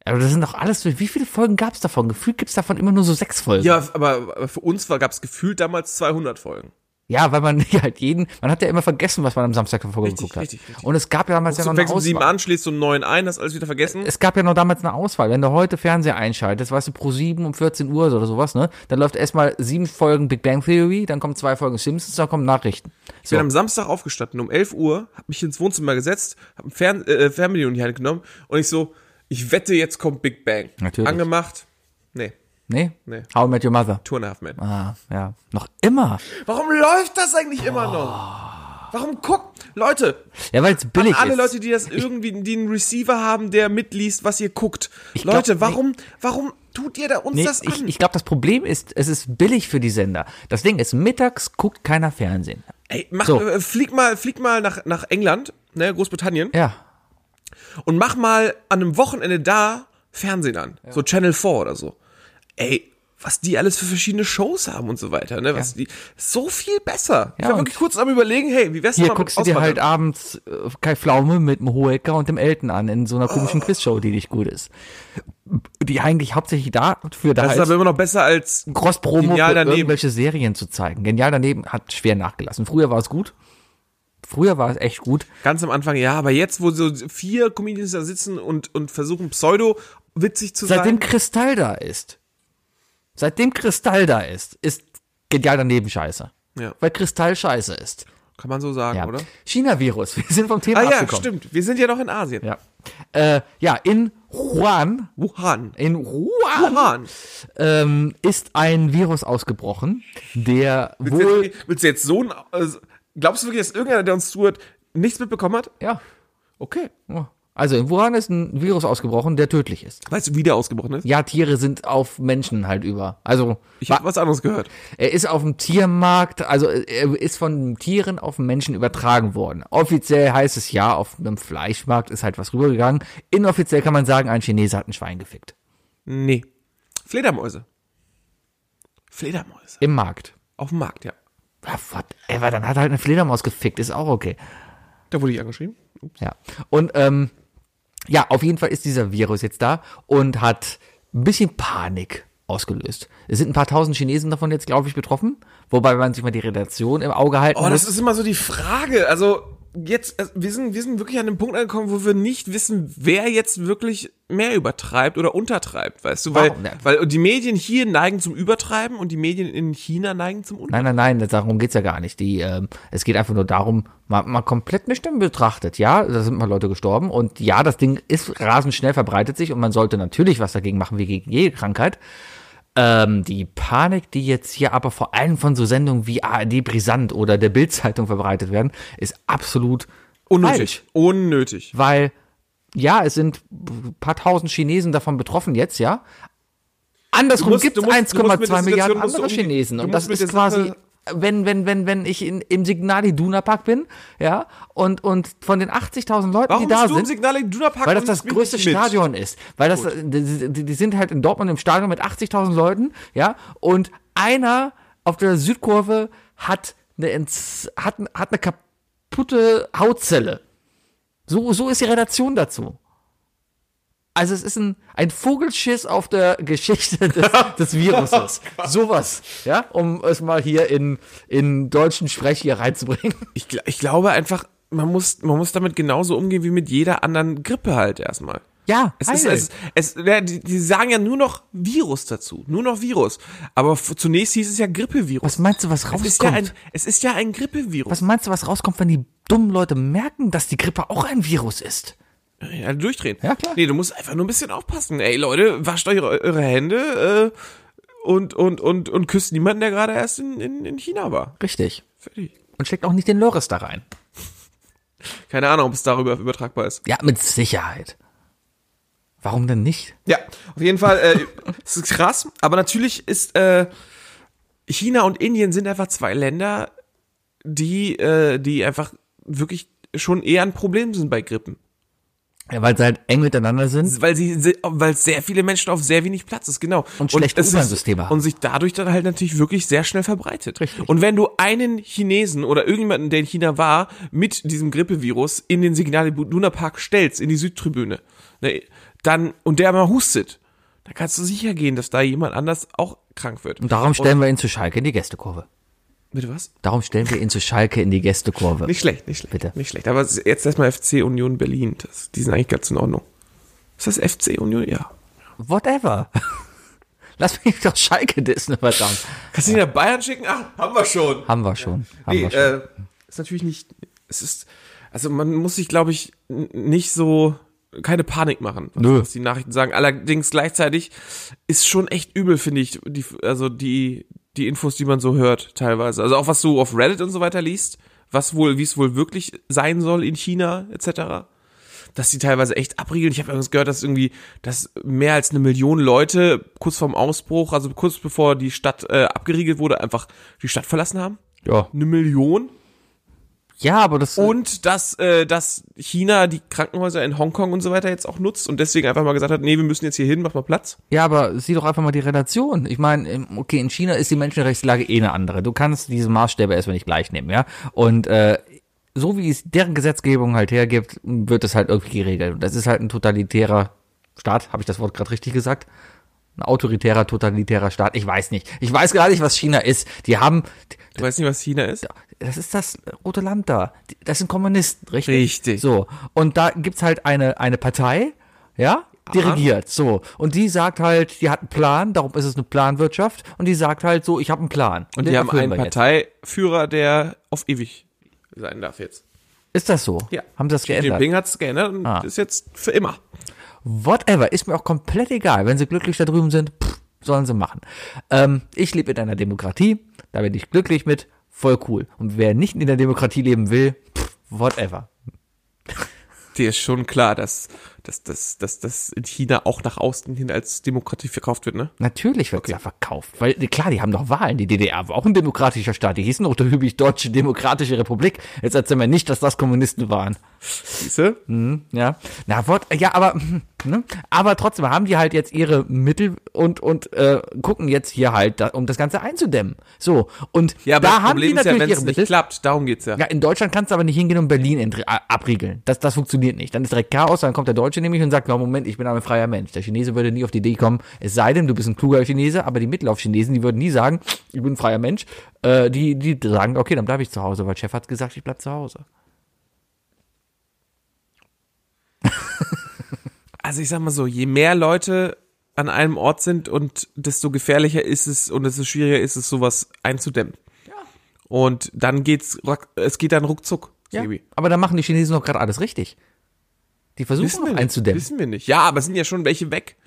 A: Äh, aber das sind doch alles. so- Wie viele Folgen gab's davon? Gefühlt gibt's davon immer nur so sechs Folgen.
B: Ja, aber aber für uns gab es gefühlt damals 200 Folgen.
A: Ja, weil man <laughs> halt jeden, man hat ja immer vergessen, was man am Samstag davor
B: Richtig,
A: geguckt hat.
B: richtig, richtig.
A: Und es gab ja damals ja
B: Du
A: noch eine
B: fängst um sieben
A: Auswahl.
B: an, schlägst um neun ein, hast alles wieder vergessen.
A: Es gab ja noch damals eine Auswahl. Wenn du heute Fernseher einschaltest, weißt du, pro 7 um 14 Uhr oder sowas, ne? Dann läuft erstmal sieben Folgen Big Bang Theory, dann kommen zwei Folgen Simpsons, dann kommen Nachrichten.
B: Ich bin am Samstag aufgestanden um 11 Uhr, hab mich ins Wohnzimmer gesetzt, hab ein Fern äh, Fernbedienung in die Hand genommen und ich so, ich wette, jetzt kommt Big Bang.
A: Natürlich.
B: Angemacht. Nee,
A: Nee?
B: Nee.
A: How I Met Your Mother.
B: Two and a Half Men.
A: Ah, ja. Noch immer.
B: Warum läuft das eigentlich immer noch?
A: Ah.
B: Warum guckt, Leute,
A: Ja, weil es billig
B: alle
A: ist.
B: Leute, die das irgendwie, die einen Receiver haben, der mitliest, was ihr guckt.
A: glaub,
B: Leute,
A: nee.
B: warum, warum tut ihr da uns
A: Nee,
B: das an?
A: ich ich glaube, das Problem ist, es ist billig für die Sender. Das Ding ist, mittags guckt keiner Fernsehen.
B: Ey, mach,
A: So.
B: äh, flieg mal, flieg mal nach, nach England, ne, Großbritannien,
A: Ja.
B: und mach mal an einem Wochenende da Fernsehen an. So Channel 4 oder so. Ey, was die alles für verschiedene Shows haben und so weiter, ne? Was die, so viel besser. ich
A: Ja,
B: war
A: und-
B: wirklich kurz am überlegen, hey, wie wär's denn
A: Hier
B: mal mit
A: guckst du dir
B: Auswandern?
A: halt abends äh, Kai Pflaume mit dem Hohecker und dem Elten an in so einer
B: Oh.
A: komischen Quizshow, die nicht gut ist. Die eigentlich hauptsächlich dafür da
B: Das ist
A: ist,
B: aber immer noch besser als
A: Cross-Promo
B: Genial
A: für
B: daneben.
A: irgendwelche Serien zu zeigen. Genial daneben hat schwer nachgelassen. Früher war es gut. Früher war es echt gut.
B: Ganz am Anfang, ja, aber jetzt, wo so vier Comedians da sitzen und, und versuchen, pseudo witzig zu
A: Seitdem
B: sein.
A: Kristall da ist, seitdem Kristall da ist, ist genial daneben scheiße.
B: Ja.
A: Weil Kristall scheiße ist.
B: Kann man so sagen,
A: Ja.
B: oder?
A: China-Virus. <laughs> Wir sind vom Thema
B: Ah ja,
A: abgekommen.
B: stimmt. Wir sind ja noch in Asien.
A: Ja. Äh, ja, in Wuhan,
B: Wuhan.
A: in Wuhan,
B: Wuhan.
A: ähm, ist ein Virus ausgebrochen, der wohl,
B: Willst du, willst du jetzt so ein. also, Glaubst du wirklich, dass irgendeiner, der uns zuhört, nichts mitbekommen hat?
A: ja,
B: Okay.
A: also in Wuhan ist ein Virus ausgebrochen, der tödlich ist.
B: Weißt du, wie der ausgebrochen ist?
A: Ja, Tiere sind auf Menschen halt über. Also
B: Ich
A: wa-
B: habe was anderes gehört.
A: er ist auf dem Tiermarkt, also er ist von Tieren auf Menschen übertragen worden. Offiziell heißt es ja, auf einem Fleischmarkt ist halt was rübergegangen. Inoffiziell kann man sagen, ein Chinese hat ein Schwein gefickt.
B: Nee. Fledermäuse. Fledermäuse.
A: Im Markt.
B: Auf dem Markt, ja.
A: Ja, whatever, dann hat halt eine Fledermaus gefickt, ist auch okay.
B: Da wurde ich angeschrieben.
A: Ja. Und ähm, ja, auf jeden Fall ist dieser Virus jetzt da und hat ein bisschen Panik ausgelöst. Es sind ein paar tausend Chinesen davon jetzt, glaube ich, betroffen, wobei man sich mal die Relation im Auge halten
B: Oh,
A: muss.
B: das ist immer so die Frage. Also, jetzt, also wir, sind, wir sind wirklich an dem Punkt angekommen, wo wir nicht wissen, wer jetzt wirklich mehr übertreibt oder untertreibt, weißt du? Weil,
A: Warum denn?
B: weil die Medien hier neigen zum Übertreiben und die Medien in China neigen zum Untertreiben.
A: Nein, nein, nein, das- darum geht's ja gar nicht. Die, ähm, es geht einfach nur darum, mal, mal komplett nüchtern betrachtet. Ja, da sind mal Leute gestorben und ja, das Ding ist rasend schnell, verbreitet sich und man sollte natürlich was dagegen machen, wie gegen jede Krankheit. Ähm, die Panik, die jetzt hier aber vor allem von so Sendungen wie ARD Brisant oder der Bildzeitung verbreitet werden, ist absolut
B: Unnötig.
A: falsch.
B: Unnötig.
A: Weil, ja, es sind ein paar tausend Chinesen davon betroffen jetzt, ja. Andersrum
B: musst-
A: gibt
B: du
A: es
B: musst- du musst mit der
A: 1,2 Milliarden
B: Situation musst du
A: andere
B: umgehen.
A: Chinesen.
B: Du
A: Und
B: musst
A: das
B: mit
A: ist
B: der
A: quasi,
B: Sache-
A: wenn, wenn, wenn, wenn ich in, im Signal Iduna Park bin, ja, und, und von den 80.000 Leuten,
B: Warum
A: die da
B: bist du im
A: sind,
B: Signal Iduna Park
A: weil das
B: und
A: das
B: spielst
A: größte
B: nicht mit?
A: Stadion ist. Weil das, äh, die, die- die sind halt in Dortmund im Stadion mit 80.000 Leuten, ja, und einer auf der Südkurve hat eine, Ents- hat, hat eine kaputte Hautzelle. So, so ist die Relation dazu. Also es ist ein, ein Vogelschiss auf der <laughs> Geschichte des, des
B: <laughs>
A: Viruses. Sowas, ja, um es mal hier in, in deutschen Sprech hier reinzubringen.
B: Ich, gl- ich glaube einfach, man muss, man muss damit genauso umgehen wie mit jeder anderen Grippe halt erstmal.
A: Ja,
B: Es ist,
A: heil.
B: es, es, ja, die, die sagen ja nur noch Virus dazu, nur noch Virus. Aber f- zunächst hieß es ja Grippevirus.
A: Was meinst du, was
B: es, ist ja ein,
A: rauskommt?
B: es ist ja ein Grippevirus.
A: Was meinst du, was rauskommt, wenn die dummen Leute merken, dass die Grippe auch ein Virus ist?
B: Äh, Ja, durchdrehen.
A: Ja, klar.
B: Nee, du musst einfach nur ein bisschen aufpassen. Ey, Leute, wascht euch eure, eure Hände äh, und, und, und, und küsst niemanden, der gerade erst in, in, in China war.
A: Richtig.
B: Fertig.
A: Und steckt auch nicht den Loris da rein.
B: Keine Ahnung, ob es darüber übertragbar ist.
A: Ja, mit Sicherheit. Warum denn nicht?
B: Ja, auf jeden Fall, äh, <laughs> es ist krass, aber natürlich ist äh, China und Indien sind einfach zwei Länder, die, äh, die einfach wirklich schon eher ein Problem sind bei Grippen.
A: Ja, weil sie halt eng miteinander sind.
B: Weil sie, se- weil sehr viele Menschen auf sehr wenig Platz ist, genau.
A: Und schlechte
B: es ist-
A: U-Bahn-Systeme haben.
B: Und sich dadurch dann halt natürlich wirklich sehr schnell verbreitet. Richtig. Und wenn du einen Chinesen oder irgendjemanden, der in China war, mit diesem Grippevirus in den Signal Iduna Park stellst, in die Südtribüne, ne, dann, und der mal hustet, dann kannst du sicher gehen, dass da jemand anders auch krank wird.
A: Und darum stellen wir ihn zu Schalke in die Gästekurve.
B: Bitte was?
A: Darum stellen wir ihn zu Schalke in die Gästekurve.
B: Nicht schlecht, nicht schlecht.
A: Bitte.
B: Nicht schlecht. Aber es ist jetzt erstmal FC Union Berlin. Das, die sind eigentlich ganz in Ordnung. Ist das FC Union? Ja.
A: Whatever. <laughs> Lass mich doch Schalke dissen, verdammt.
B: Kannst du ihn nach Bayern schicken? Ach, haben wir schon.
A: Haben wir schon. Haben
B: Nee,
A: wir schon.
B: äh, ist natürlich nicht. Es ist. Also man muss sich, glaube ich, n- nicht so keine Panik machen, was,
A: Nö.
B: was die Nachrichten sagen. Allerdings gleichzeitig ist schon echt übel, finde ich, die, also die, die Infos, die man so hört, teilweise. Also auch was du auf Reddit und so weiter liest, was wohl, wie es wohl wirklich sein soll in China, etc. Dass die teilweise echt abriegeln. Ich habe übrigens gehört, dass irgendwie, dass mehr als eine Million Leute kurz vorm Ausbruch, also kurz bevor die Stadt äh, abgeriegelt wurde, einfach die Stadt verlassen haben
A: ja.
B: eine Million
A: ja, aber das
B: und dass, äh, dass China die Krankenhäuser in Hongkong und so weiter jetzt auch nutzt und deswegen einfach mal gesagt hat, nee, wir müssen jetzt hier hin, mach mal Platz.
A: Ja, aber sieh doch einfach mal die Relation. Ich meine, ähm, okay, in China ist die Menschenrechtslage eh eine andere. Du kannst diese Maßstäbe erstmal nicht gleich nehmen, ja? Und äh, so wie es deren Gesetzgebung halt hergibt, wird es halt irgendwie geregelt. Und das ist halt ein totalitärer Staat, habe ich das Wort gerade richtig gesagt? Ein autoritärer, totalitärer Staat, ich weiß nicht. Ich weiß gar nicht, was China ist. Die haben,
B: Du weißt nicht, was China ist?
A: das ist das rote Land da. Die- Das sind Kommunisten, richtig?
B: Richtig.
A: So. Und da gibt's halt eine, eine Partei, ja, die
B: Ja.
A: regiert, so. Und die sagt halt, die hat einen Plan, darum ist es eine Planwirtschaft. Und die sagt halt so, ich habe einen Plan.
B: Und
A: den
B: die haben
A: erfüllen
B: einen
A: wir jetzt.
B: Parteiführer, der auf ewig sein darf jetzt.
A: Ist das so? Haben sie das
B: Den
A: geändert?
B: Bing hat's geändert und
A: Ah.
B: ist jetzt für immer.
A: Whatever, ist mir auch komplett egal. Wenn sie glücklich da drüben sind, pff, sollen sie machen. Ähm, ich lebe in einer Demokratie, da bin ich glücklich mit, voll cool. Und wer nicht in der Demokratie leben will, pff, whatever.
B: Dir ist schon klar, dass, dass, dass, dass, dass in China auch nach außen hin als Demokratie verkauft wird, ne?
A: Natürlich wird ja verkauft. Weil, klar, die haben doch Wahlen. Die DDR war auch ein demokratischer Staat. Die hießen doch der üblich Deutsche Demokratische Republik. Jetzt erzähl mir nicht, dass das Kommunisten waren.
B: Siehste?
A: Ja. Na, what, ja, aber, hm, ne? aber trotzdem haben die halt jetzt ihre Mittel und, und äh, gucken jetzt hier halt, da, um das Ganze einzudämmen. So. Und
B: Ja, aber
A: da
B: das
A: haben
B: Problem
A: die
B: ist ja,
A: natürlich
B: wenn es
A: ihre
B: nicht
A: Mittel.
B: klappt, darum geht's ja.
A: Ja, in Deutschland kannst du aber nicht hingehen und Berlin in, a- abriegeln. Das, das funktioniert nicht. Dann ist direkt Chaos, dann kommt der Deutsche nämlich und sagt, no, Moment, ich bin aber ein freier Mensch. Der Chinese würde nie auf die Idee kommen, es sei denn, du bist ein kluger Chinese, aber die Mittellauf-Chinesen, die würden nie sagen, ich bin ein freier Mensch. Äh, die, die sagen, okay, dann bleibe ich zu Hause, weil Chef hat gesagt, ich bleib zu Hause.
B: Also ich sag mal so, je mehr Leute an einem Ort sind und desto gefährlicher ist es und desto schwieriger ist es, sowas einzudämmen. Und dann geht's, ruck- es geht dann ruckzuck,
A: Ja,
B: Sebi.
A: aber dann machen die Chinesen doch gerade alles richtig. Die versuchen noch
B: nicht,
A: einzudämmen.
B: Wissen wir nicht. Ja, aber es sind ja schon welche weg.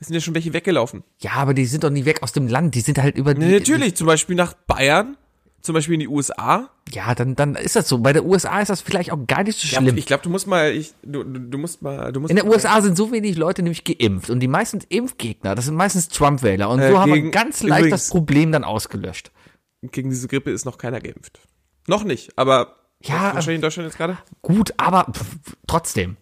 B: Es sind ja schon welche weggelaufen.
A: Ja, aber die sind doch nie weg aus dem Land. Die sind halt über die.
B: Ja, Natürlich, zum Beispiel nach Bayern, zum Beispiel in die USA.
A: Ja, dann, dann ist das so. Bei der USA ist das vielleicht auch gar nicht so schlimm.
B: Ich glaube, du musst mal, ich, du, du du musst mal, du musst
A: In der
B: mal-
A: USA sind so wenig Leute nämlich geimpft und die meisten Impfgegner, das sind meistens Trump-Wähler und so
B: Äh,
A: haben wir
B: gegen-
A: ganz leicht das
B: übrigens-
A: Problem dann ausgelöscht.
B: gegen diese Grippe ist noch keiner geimpft. Noch nicht, aber
A: Ja,
B: wahrscheinlich in Deutschland jetzt gerade.
A: Gut, aber pff, trotzdem.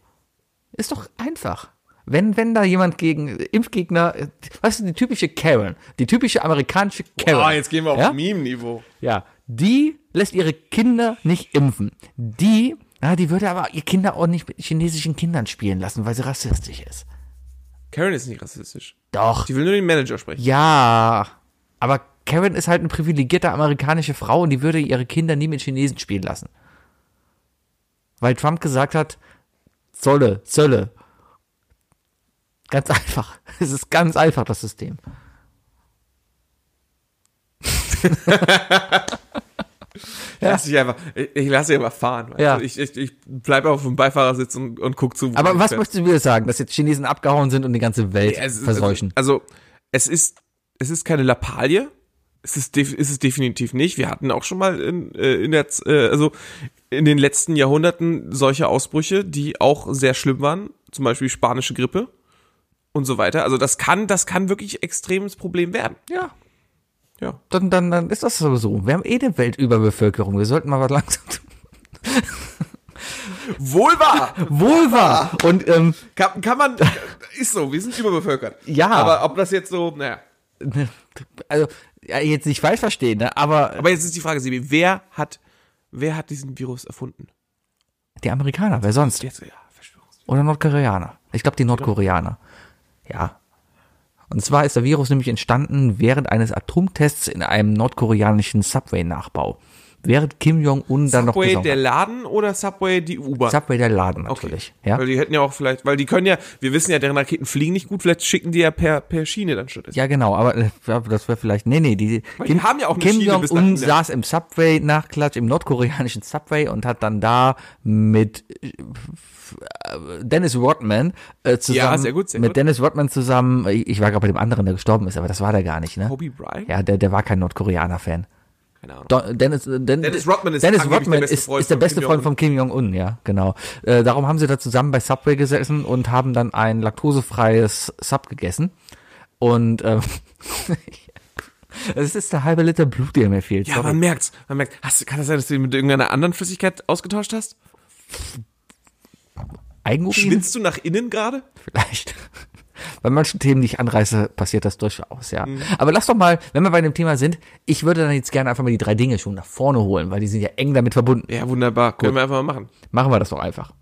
A: Ist doch einfach. Wenn, wenn da jemand gegen Impfgegner, äh, weißt du, die typische Karen, die typische amerikanische Karen.
B: Ah, jetzt gehen wir auf
A: ja?
B: Meme-Niveau.
A: Ja, die lässt ihre Kinder nicht impfen. Die, na, die würde aber ihr Kinder auch nicht mit chinesischen Kindern spielen lassen, weil sie rassistisch ist.
B: Karen ist nicht rassistisch.
A: Doch.
B: Die will nur den Manager sprechen.
A: Ja. Aber Karen ist halt eine privilegierte amerikanische Frau und die würde ihre Kinder nie mit Chinesen spielen lassen. Weil Trump gesagt hat, Zolle, Zölle. Ganz einfach. <laughs> Es ist ganz einfach, das System.
B: Lass ich einfach, ich, ich lasse sie einfach fahren. weißt
A: Ja.
B: du. Ich, ich, ich bleibe auf dem Beifahrersitz und, und guck zu. wo
A: Aber
B: die
A: was
B: fährt.
A: möchtest du mir sagen, dass jetzt Chinesen abgehauen sind und die ganze Welt
B: Ja, es ist-
A: verseuchen?
B: Also, es ist, es ist keine Lappalie. Es ist, def- ist es definitiv nicht. Wir hatten auch schon mal in, äh, in der, Z- äh, also in den letzten Jahrhunderten solche Ausbrüche, die auch sehr schlimm waren. Zum Beispiel spanische Grippe und so weiter. Also das kann, das kann wirklich extremes Problem werden.
A: ja.
B: Ja.
A: Dann, dann, dann ist das so. Wir haben eh eine Weltüberbevölkerung. Wir sollten mal was langsam
B: <laughs>
A: tun.
B: Wohl wahr!
A: Wohl wahr! Und ähm,
B: Kann, kann man, <laughs> ist so, wir sind überbevölkert.
A: Ja.
B: Aber ob das jetzt so, naja.
A: also ja, jetzt nicht falsch verstehen, ne? aber
B: Aber jetzt ist die Frage, Sebi, wer hat, wer hat diesen Virus erfunden?
A: die Amerikaner, wer sonst?
B: Jetzt, ja, Verschwörungstheorie.
A: Oder Nordkoreaner. Ich glaube, die Nordkoreaner. Ja. Und zwar ist der Virus nämlich entstanden während eines Atomtests in einem nordkoreanischen Subway-Nachbau. Während Kim Jong-un dann noch
B: Subway
A: gesungen
B: der
A: hat.
B: Laden oder Subway die U-Bahn?
A: Subway der Laden
B: Okay.
A: natürlich. Ja?
B: Weil die hätten ja auch vielleicht, weil die können ja, wir wissen ja, deren Raketen fliegen nicht gut, vielleicht schicken die ja per, per Schiene dann schon.
A: Ja, genau, aber äh, ja, das wäre vielleicht. Nee, nee, die,
B: Weil die haben ja auch eine
A: Kim
B: Schiene bis nach
A: Jong-un
B: China.
A: saß im Subway-Nachklatsch, im nordkoreanischen Subway und hat dann da mit äh, Dennis Rodman äh, zusammen.
B: sehr gut, sehr
A: mit
B: gut.
A: Dennis Rodman zusammen. Ich ich war gerade bei dem anderen, der gestorben ist, aber das war der gar nicht, ne?
B: Kobe Bryant?
A: Ja, der, der war kein Nordkoreaner-Fan.
B: Keine Ahnung.
A: Do- Dennis, äh, Den,
B: Dennis Rodman ist
A: Dennis
B: angeblich
A: Rodman
B: der beste
A: ist,
B: Freund
A: ist der
B: von
A: beste
B: Kim
A: Freund von Kim Jong-un, ja, genau. Äh, darum haben sie da zusammen bei Subway gesessen und haben dann ein laktosefreies Sub gegessen. Und äh, <laughs> es ist der halbe Liter Blut, der mir fehlt.
B: Ja,
A: sorry.
B: man merkt's. Man merkt, hast, du- kann das sein, dass du die mit irgendeiner anderen Flüssigkeit ausgetauscht hast?
A: Eigenurin
B: Schwitzt du nach innen gerade?
A: vielleicht. <laughs> Bei manchen Themen, die ich anreiße, passiert das durchaus, ja.
B: Mhm.
A: Aber lass doch mal, wenn wir bei dem Thema sind, ich würde dann jetzt gerne einfach mal die drei Dinge schon nach vorne holen, weil die sind ja eng damit verbunden.
B: Ja, wunderbar. Können wir einfach mal machen.
A: Machen wir das doch einfach.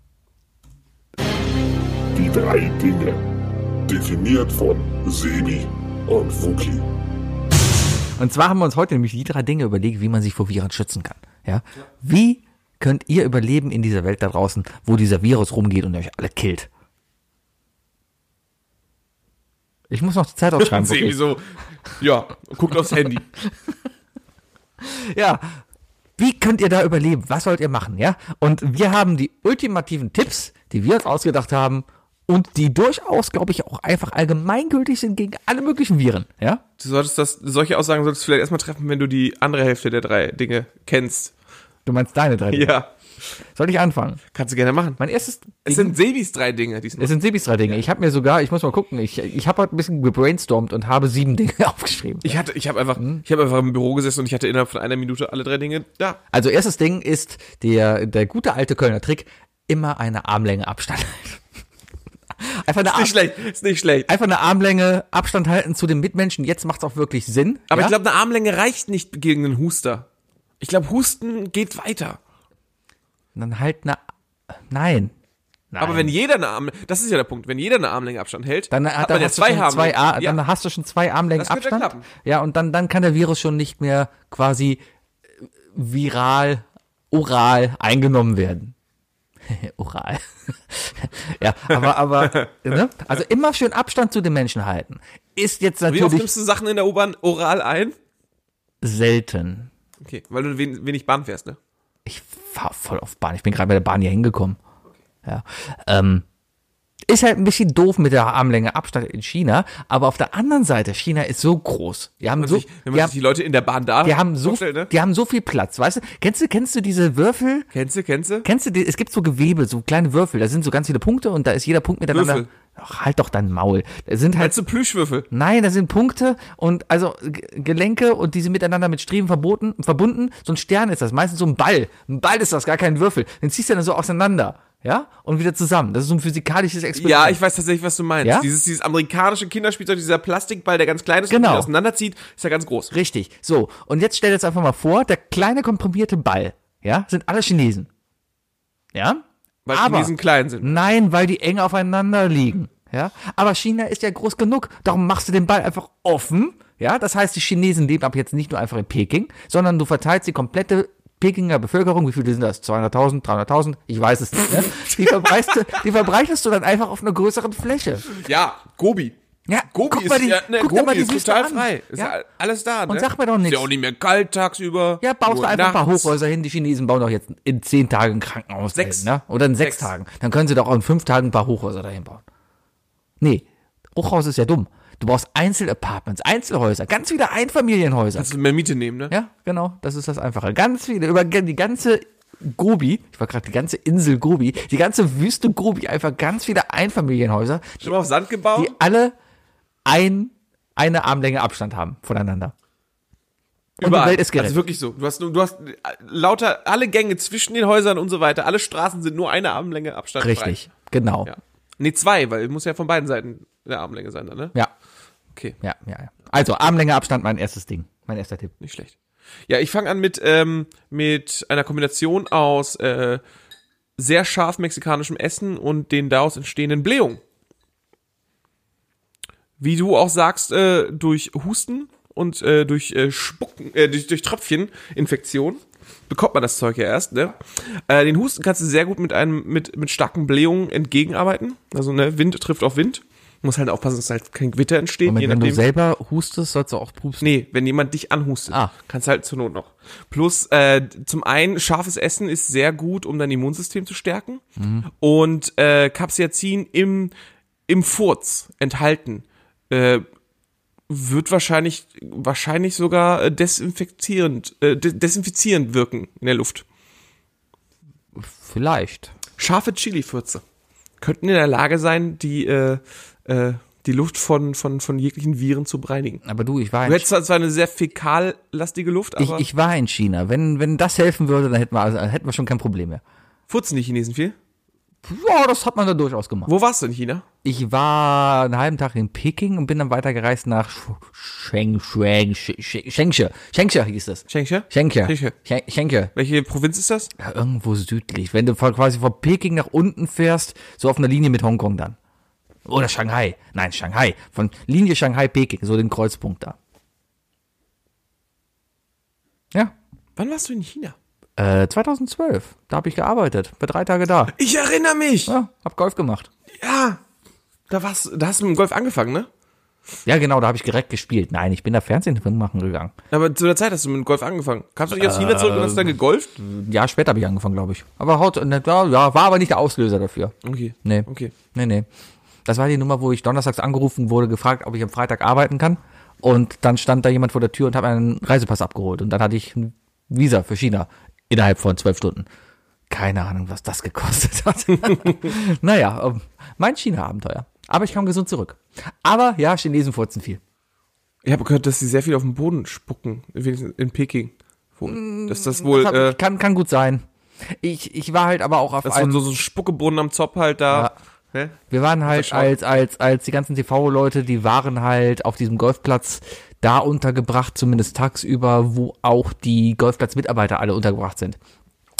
C: Die drei Dinge. Definiert von Sebi und Fuki.
A: Und zwar haben wir uns heute nämlich die drei Dinge überlegt, wie man sich vor Viren schützen kann. Ja? Wie könnt ihr überleben in dieser Welt da draußen, wo dieser Virus rumgeht und euch alle killt? Ich muss noch die Zeit
B: <laughs>
A: aufschreiben.
B: Sebi
A: wirklich.
B: so, ja, guckt aufs Handy.
A: Ja. Wie könnt ihr da überleben? Was sollt ihr machen? Ja? Und wir haben die ultimativen Tipps, die wir uns ausgedacht haben und die durchaus, glaube ich, auch einfach allgemeingültig sind gegen alle möglichen Viren. Ja?
B: Du solltest das, solche Aussagen solltest du vielleicht erstmal treffen, wenn du die andere Hälfte der drei Dinge kennst.
A: Du meinst deine drei Dinge.
B: Ja.
A: Soll ich anfangen?
B: Kannst du gerne machen.
A: Mein erstes
B: Es sind Sebis drei Dinge diesmal.
A: Es sind Sebis drei Dinge. Ich habe mir sogar, ich muss mal gucken, ich, ich habe heute ein bisschen gebrainstormt und habe sieben Dinge <laughs> aufgeschrieben.
B: Ich hatte, ich habe einfach,
A: Hm?
B: ich habe einfach im Büro gesessen und ich hatte innerhalb von einer Minute alle drei Dinge da.
A: Also erstes Ding ist der, der gute alte Kölner Trick, immer eine Armlänge Abstand halten. <laughs> Einfach eine, Arm,
B: Nicht schlecht, ist nicht schlecht.
A: einfach eine Armlänge Abstand halten zu den Mitmenschen. Jetzt macht's auch wirklich Sinn.
B: Aber
A: ja?
B: ich glaube, eine Armlänge reicht nicht gegen einen Huster. Ich glaube, Husten geht weiter.
A: Dann halt eine, nein. nein.
B: Aber wenn jeder eine Armlänge, das ist ja der Punkt, wenn jeder eine Armlänge Abstand hält,
A: dann, äh,
B: hat
A: dann
B: man ja
A: hast du schon
B: zwei Armlängen.
A: zwei Ar
B: ja.
A: dann hast du schon zwei Armlängen
B: Das könnte
A: Abstand.
B: klappen.
A: Ja, und dann, dann kann der Virus schon nicht mehr quasi äh, viral, oral eingenommen werden. <laughs> oral. <laughs> ja, aber,
B: <laughs>
A: aber, ne? Also immer schön Abstand zu den Menschen halten. Ist jetzt
B: Wie oft
A: natürlich
B: nimmst du Sachen in der U-Bahn oral ein?
A: selten.
B: Okay, weil du wen- wenig Bahn fährst, ne?
A: Ich fahr voll auf Bahn. Ich bin gerade bei der Bahn hier hingekommen. Ja. Ähm, ist halt ein bisschen doof mit der Armlänge Abstand in China, aber auf der anderen Seite, China ist so groß. Die haben
B: Wenn man,
A: so,
B: sich, wenn man
A: die haben,
B: sich die Leute in der Bahn da
A: die haben so,
B: vorstellt, ne?
A: die haben so viel Platz, weißt du? Kennst du, kennst du diese Würfel?
B: Kennst du, kennst du?
A: Kennst du, die, es gibt so Gewebe, so kleine Würfel, da sind so ganz viele Punkte und da ist jeder Punkt miteinander.
B: Würfel.
A: Ach, halt doch dein Maul. Da sind halt,
B: Kennst du Plüschwürfel?
A: nein, da sind Punkte und also G- Gelenke und die sind miteinander mit Streben verboten, verbunden. So ein Stern ist das, meistens so ein Ball. Ein Ball ist das, gar kein Würfel. Den ziehst du dann so auseinander, ja? Und wieder zusammen. Das ist so ein physikalisches Experiment.
B: Ja, ich weiß tatsächlich, was du meinst.
A: Ja?
B: Dieses, dieses amerikanische Kinderspielzeug, dieser Plastikball, der ganz klein ist
A: Genau.
B: und den auseinanderzieht, ist ja ganz groß.
A: Richtig. So, und jetzt stell dir jetzt einfach mal vor, der kleine komprimierte Ball, ja, sind alle Chinesen. Ja?
B: Weil
A: Aber- Hm.
B: Chinesen klein sind.
A: Nein, weil die eng aufeinander liegen. Ja? Aber China ist ja groß genug. Darum machst du den Ball einfach offen. Ja? Das heißt, die Chinesen leben ab jetzt nicht nur einfach in Peking, sondern du verteilst die komplette Pekinger Bevölkerung. Wie viele sind das? 200.000, 300.000? Ich weiß es nicht. Ne? Die, verbreitest du, die verbreitest du dann einfach auf einer größeren Fläche.
B: Ja, Gobi.
A: Ja,
B: Gobi
A: guck
B: ist,
A: mal die-
B: ja, ne,
A: guck dir
B: Gobi
A: mal die
B: ist
A: Wüste
B: total
A: an.
B: frei. Ist
A: Ja.
B: ja. alles da. Ne?
A: Und sag mir doch
B: Ist
A: nichts.
B: ja auch nicht mehr kalt tagsüber.
A: Ja, baust
B: nur
A: du einfach ein paar
B: nachts.
A: Hochhäuser hin. Die Chinesen bauen doch jetzt in zehn Tagen ein Krankenhaus.
B: Sechs.
A: Dahin, ne? Oder in sechs,
B: Sechs.
A: Tagen. Dann können sie doch auch in fünf Tagen ein paar Hochhäuser dahin bauen. Nee, Hochhaus ist ja dumm. Du brauchst Einzelapartments, Einzelhäuser, ganz viele Einfamilienhäuser.
B: Kannst du mehr Miete nehmen, ne?
A: Ja, genau, das ist das Einfache. Ganz viele, über die ganze Gobi, ich war gerade die ganze Insel Gobi, die ganze Wüste Gobi, einfach ganz viele Einfamilienhäuser,
B: Schon mal auf Sand gebaut?
A: die alle ein, eine Armlänge Abstand haben voneinander. Und die Welt ist gerettet.
B: Also wirklich so. Du hast, nur- du hast äh, lauter alle Gänge zwischen den Häusern und so weiter. Alle Straßen sind nur eine Armlänge Abstand.
A: Richtig, genau.
B: Frei. Ja. Nee, zwei, weil muss ja von beiden Seiten eine Armlänge sein, dann, ne?
A: Ja,
B: Okay,
A: ja, ja. ja. Also Armlänge Abstand, mein erstes Ding, mein erster Tipp.
B: nicht schlecht. Ja, ich fange an mit, ähm, mit einer Kombination aus äh, sehr scharf mexikanischem Essen und den daraus entstehenden Blähungen. Wie du auch sagst, äh, durch Husten und äh, durch äh, Spucken, äh, durch, durch Tröpfcheninfektion bekommt man das Zeug ja erst, ne? Äh, den Husten kannst du sehr gut mit einem, mit, mit starken Blähungen entgegenarbeiten. Also, ne, Wind trifft auf Wind. Muss halt aufpassen, dass halt kein Gewitter entsteht.
A: Moment,
B: je
A: wenn du
B: nachdem-
A: selber hustest, sollst du auch pupsen.
B: Nee, wenn jemand dich anhustet,
A: Ah.
B: kannst du halt zur Not noch. Plus, äh, zum einen, scharfes Essen ist sehr gut, um dein Immunsystem zu stärken.
A: Mhm.
B: Und äh, Capsaicin im, im Furz enthalten äh, wird wahrscheinlich, wahrscheinlich sogar äh, desinfizierend, äh, de desinfizierend wirken in der Luft.
A: Vielleicht.
B: Scharfe Chili-Fürze könnten in der Lage sein, die, äh, äh, die Luft von, von, von jeglichen Viren zu bereinigen.
A: Aber du, ich war ein
B: Du hättest zwar zwar eine sehr fäkallastige Luft,
A: Ich,
B: aber...
A: ich war in China. Wenn, wenn das helfen würde, dann hätten wir, also, hätten wir schon kein Problem mehr.
B: Furzen die Chinesen viel?
A: Ja, das hat man da durchaus gemacht.
B: Wo warst du in China?
A: Ich war einen halben Tag in Peking und bin dann weitergereist nach Sch- Sheng, Sheng, Sch- Sch- Shengshe. Shengshe hieß das.
B: Shengshe?
A: Shengshe.
B: Shengshe.
A: Shen- Shengshe.
B: Welche Provinz ist das?
A: Ja, irgendwo südlich. Wenn du von, quasi von Peking nach unten fährst, so auf einer Linie mit Hongkong dann. Oder Shanghai. Nein, Shanghai. Von Linie Shanghai-Peking, so den Kreuzpunkt da. Ja.
B: Wann warst du in China?
A: Äh, 2012. Da habe ich gearbeitet. War drei Tage da.
B: Ich erinnere mich!
A: Ja, hab Golf gemacht.
B: Ja! Da, warst, da hast du mit dem Golf angefangen, ne?
A: Ja, genau, da habe ich direkt gespielt. Nein, ich bin da Fernsehen machen gegangen.
B: Aber zu der Zeit hast du mit dem Golf angefangen. Kamst du nicht aus China zurück und hast dann gegolft?
A: Ein Jahr später habe ich angefangen, glaube ich. Aber haut, na, ja, ja, war aber nicht der Auslöser dafür.
B: Okay.
A: Nee.
B: Okay.
A: Nee, nee. Das war die Nummer, wo ich donnerstags angerufen wurde, gefragt, ob ich am Freitag arbeiten kann. Und dann stand da jemand vor der Tür und hat einen Reisepass abgeholt. Und dann hatte ich ein Visa für China innerhalb von zwölf Stunden. Keine Ahnung, was das gekostet
B: <laughs>
A: hat. naja, ähm, mein China-Abenteuer. Aber ich kam gesund zurück. Aber ja, Chinesen furzen viel.
B: Ich habe gehört, dass sie sehr viel auf den Boden spucken. Wenigstens in Peking. Wohl. Dass das wohl,
A: Hm, Hab-
B: äh,
A: kann, kann gut sein. Ich, ich war halt aber auch auf
B: dass so,
A: einem,
B: so, so Spuckeboden am Zopf halt da. Hä?
A: wir waren halt
B: Verschaut.
A: als, als, als die ganzen TV-Leute, die waren halt auf diesem Golfplatz da untergebracht, zumindest tagsüber, wo auch die Golfplatz-Mitarbeiter alle untergebracht sind.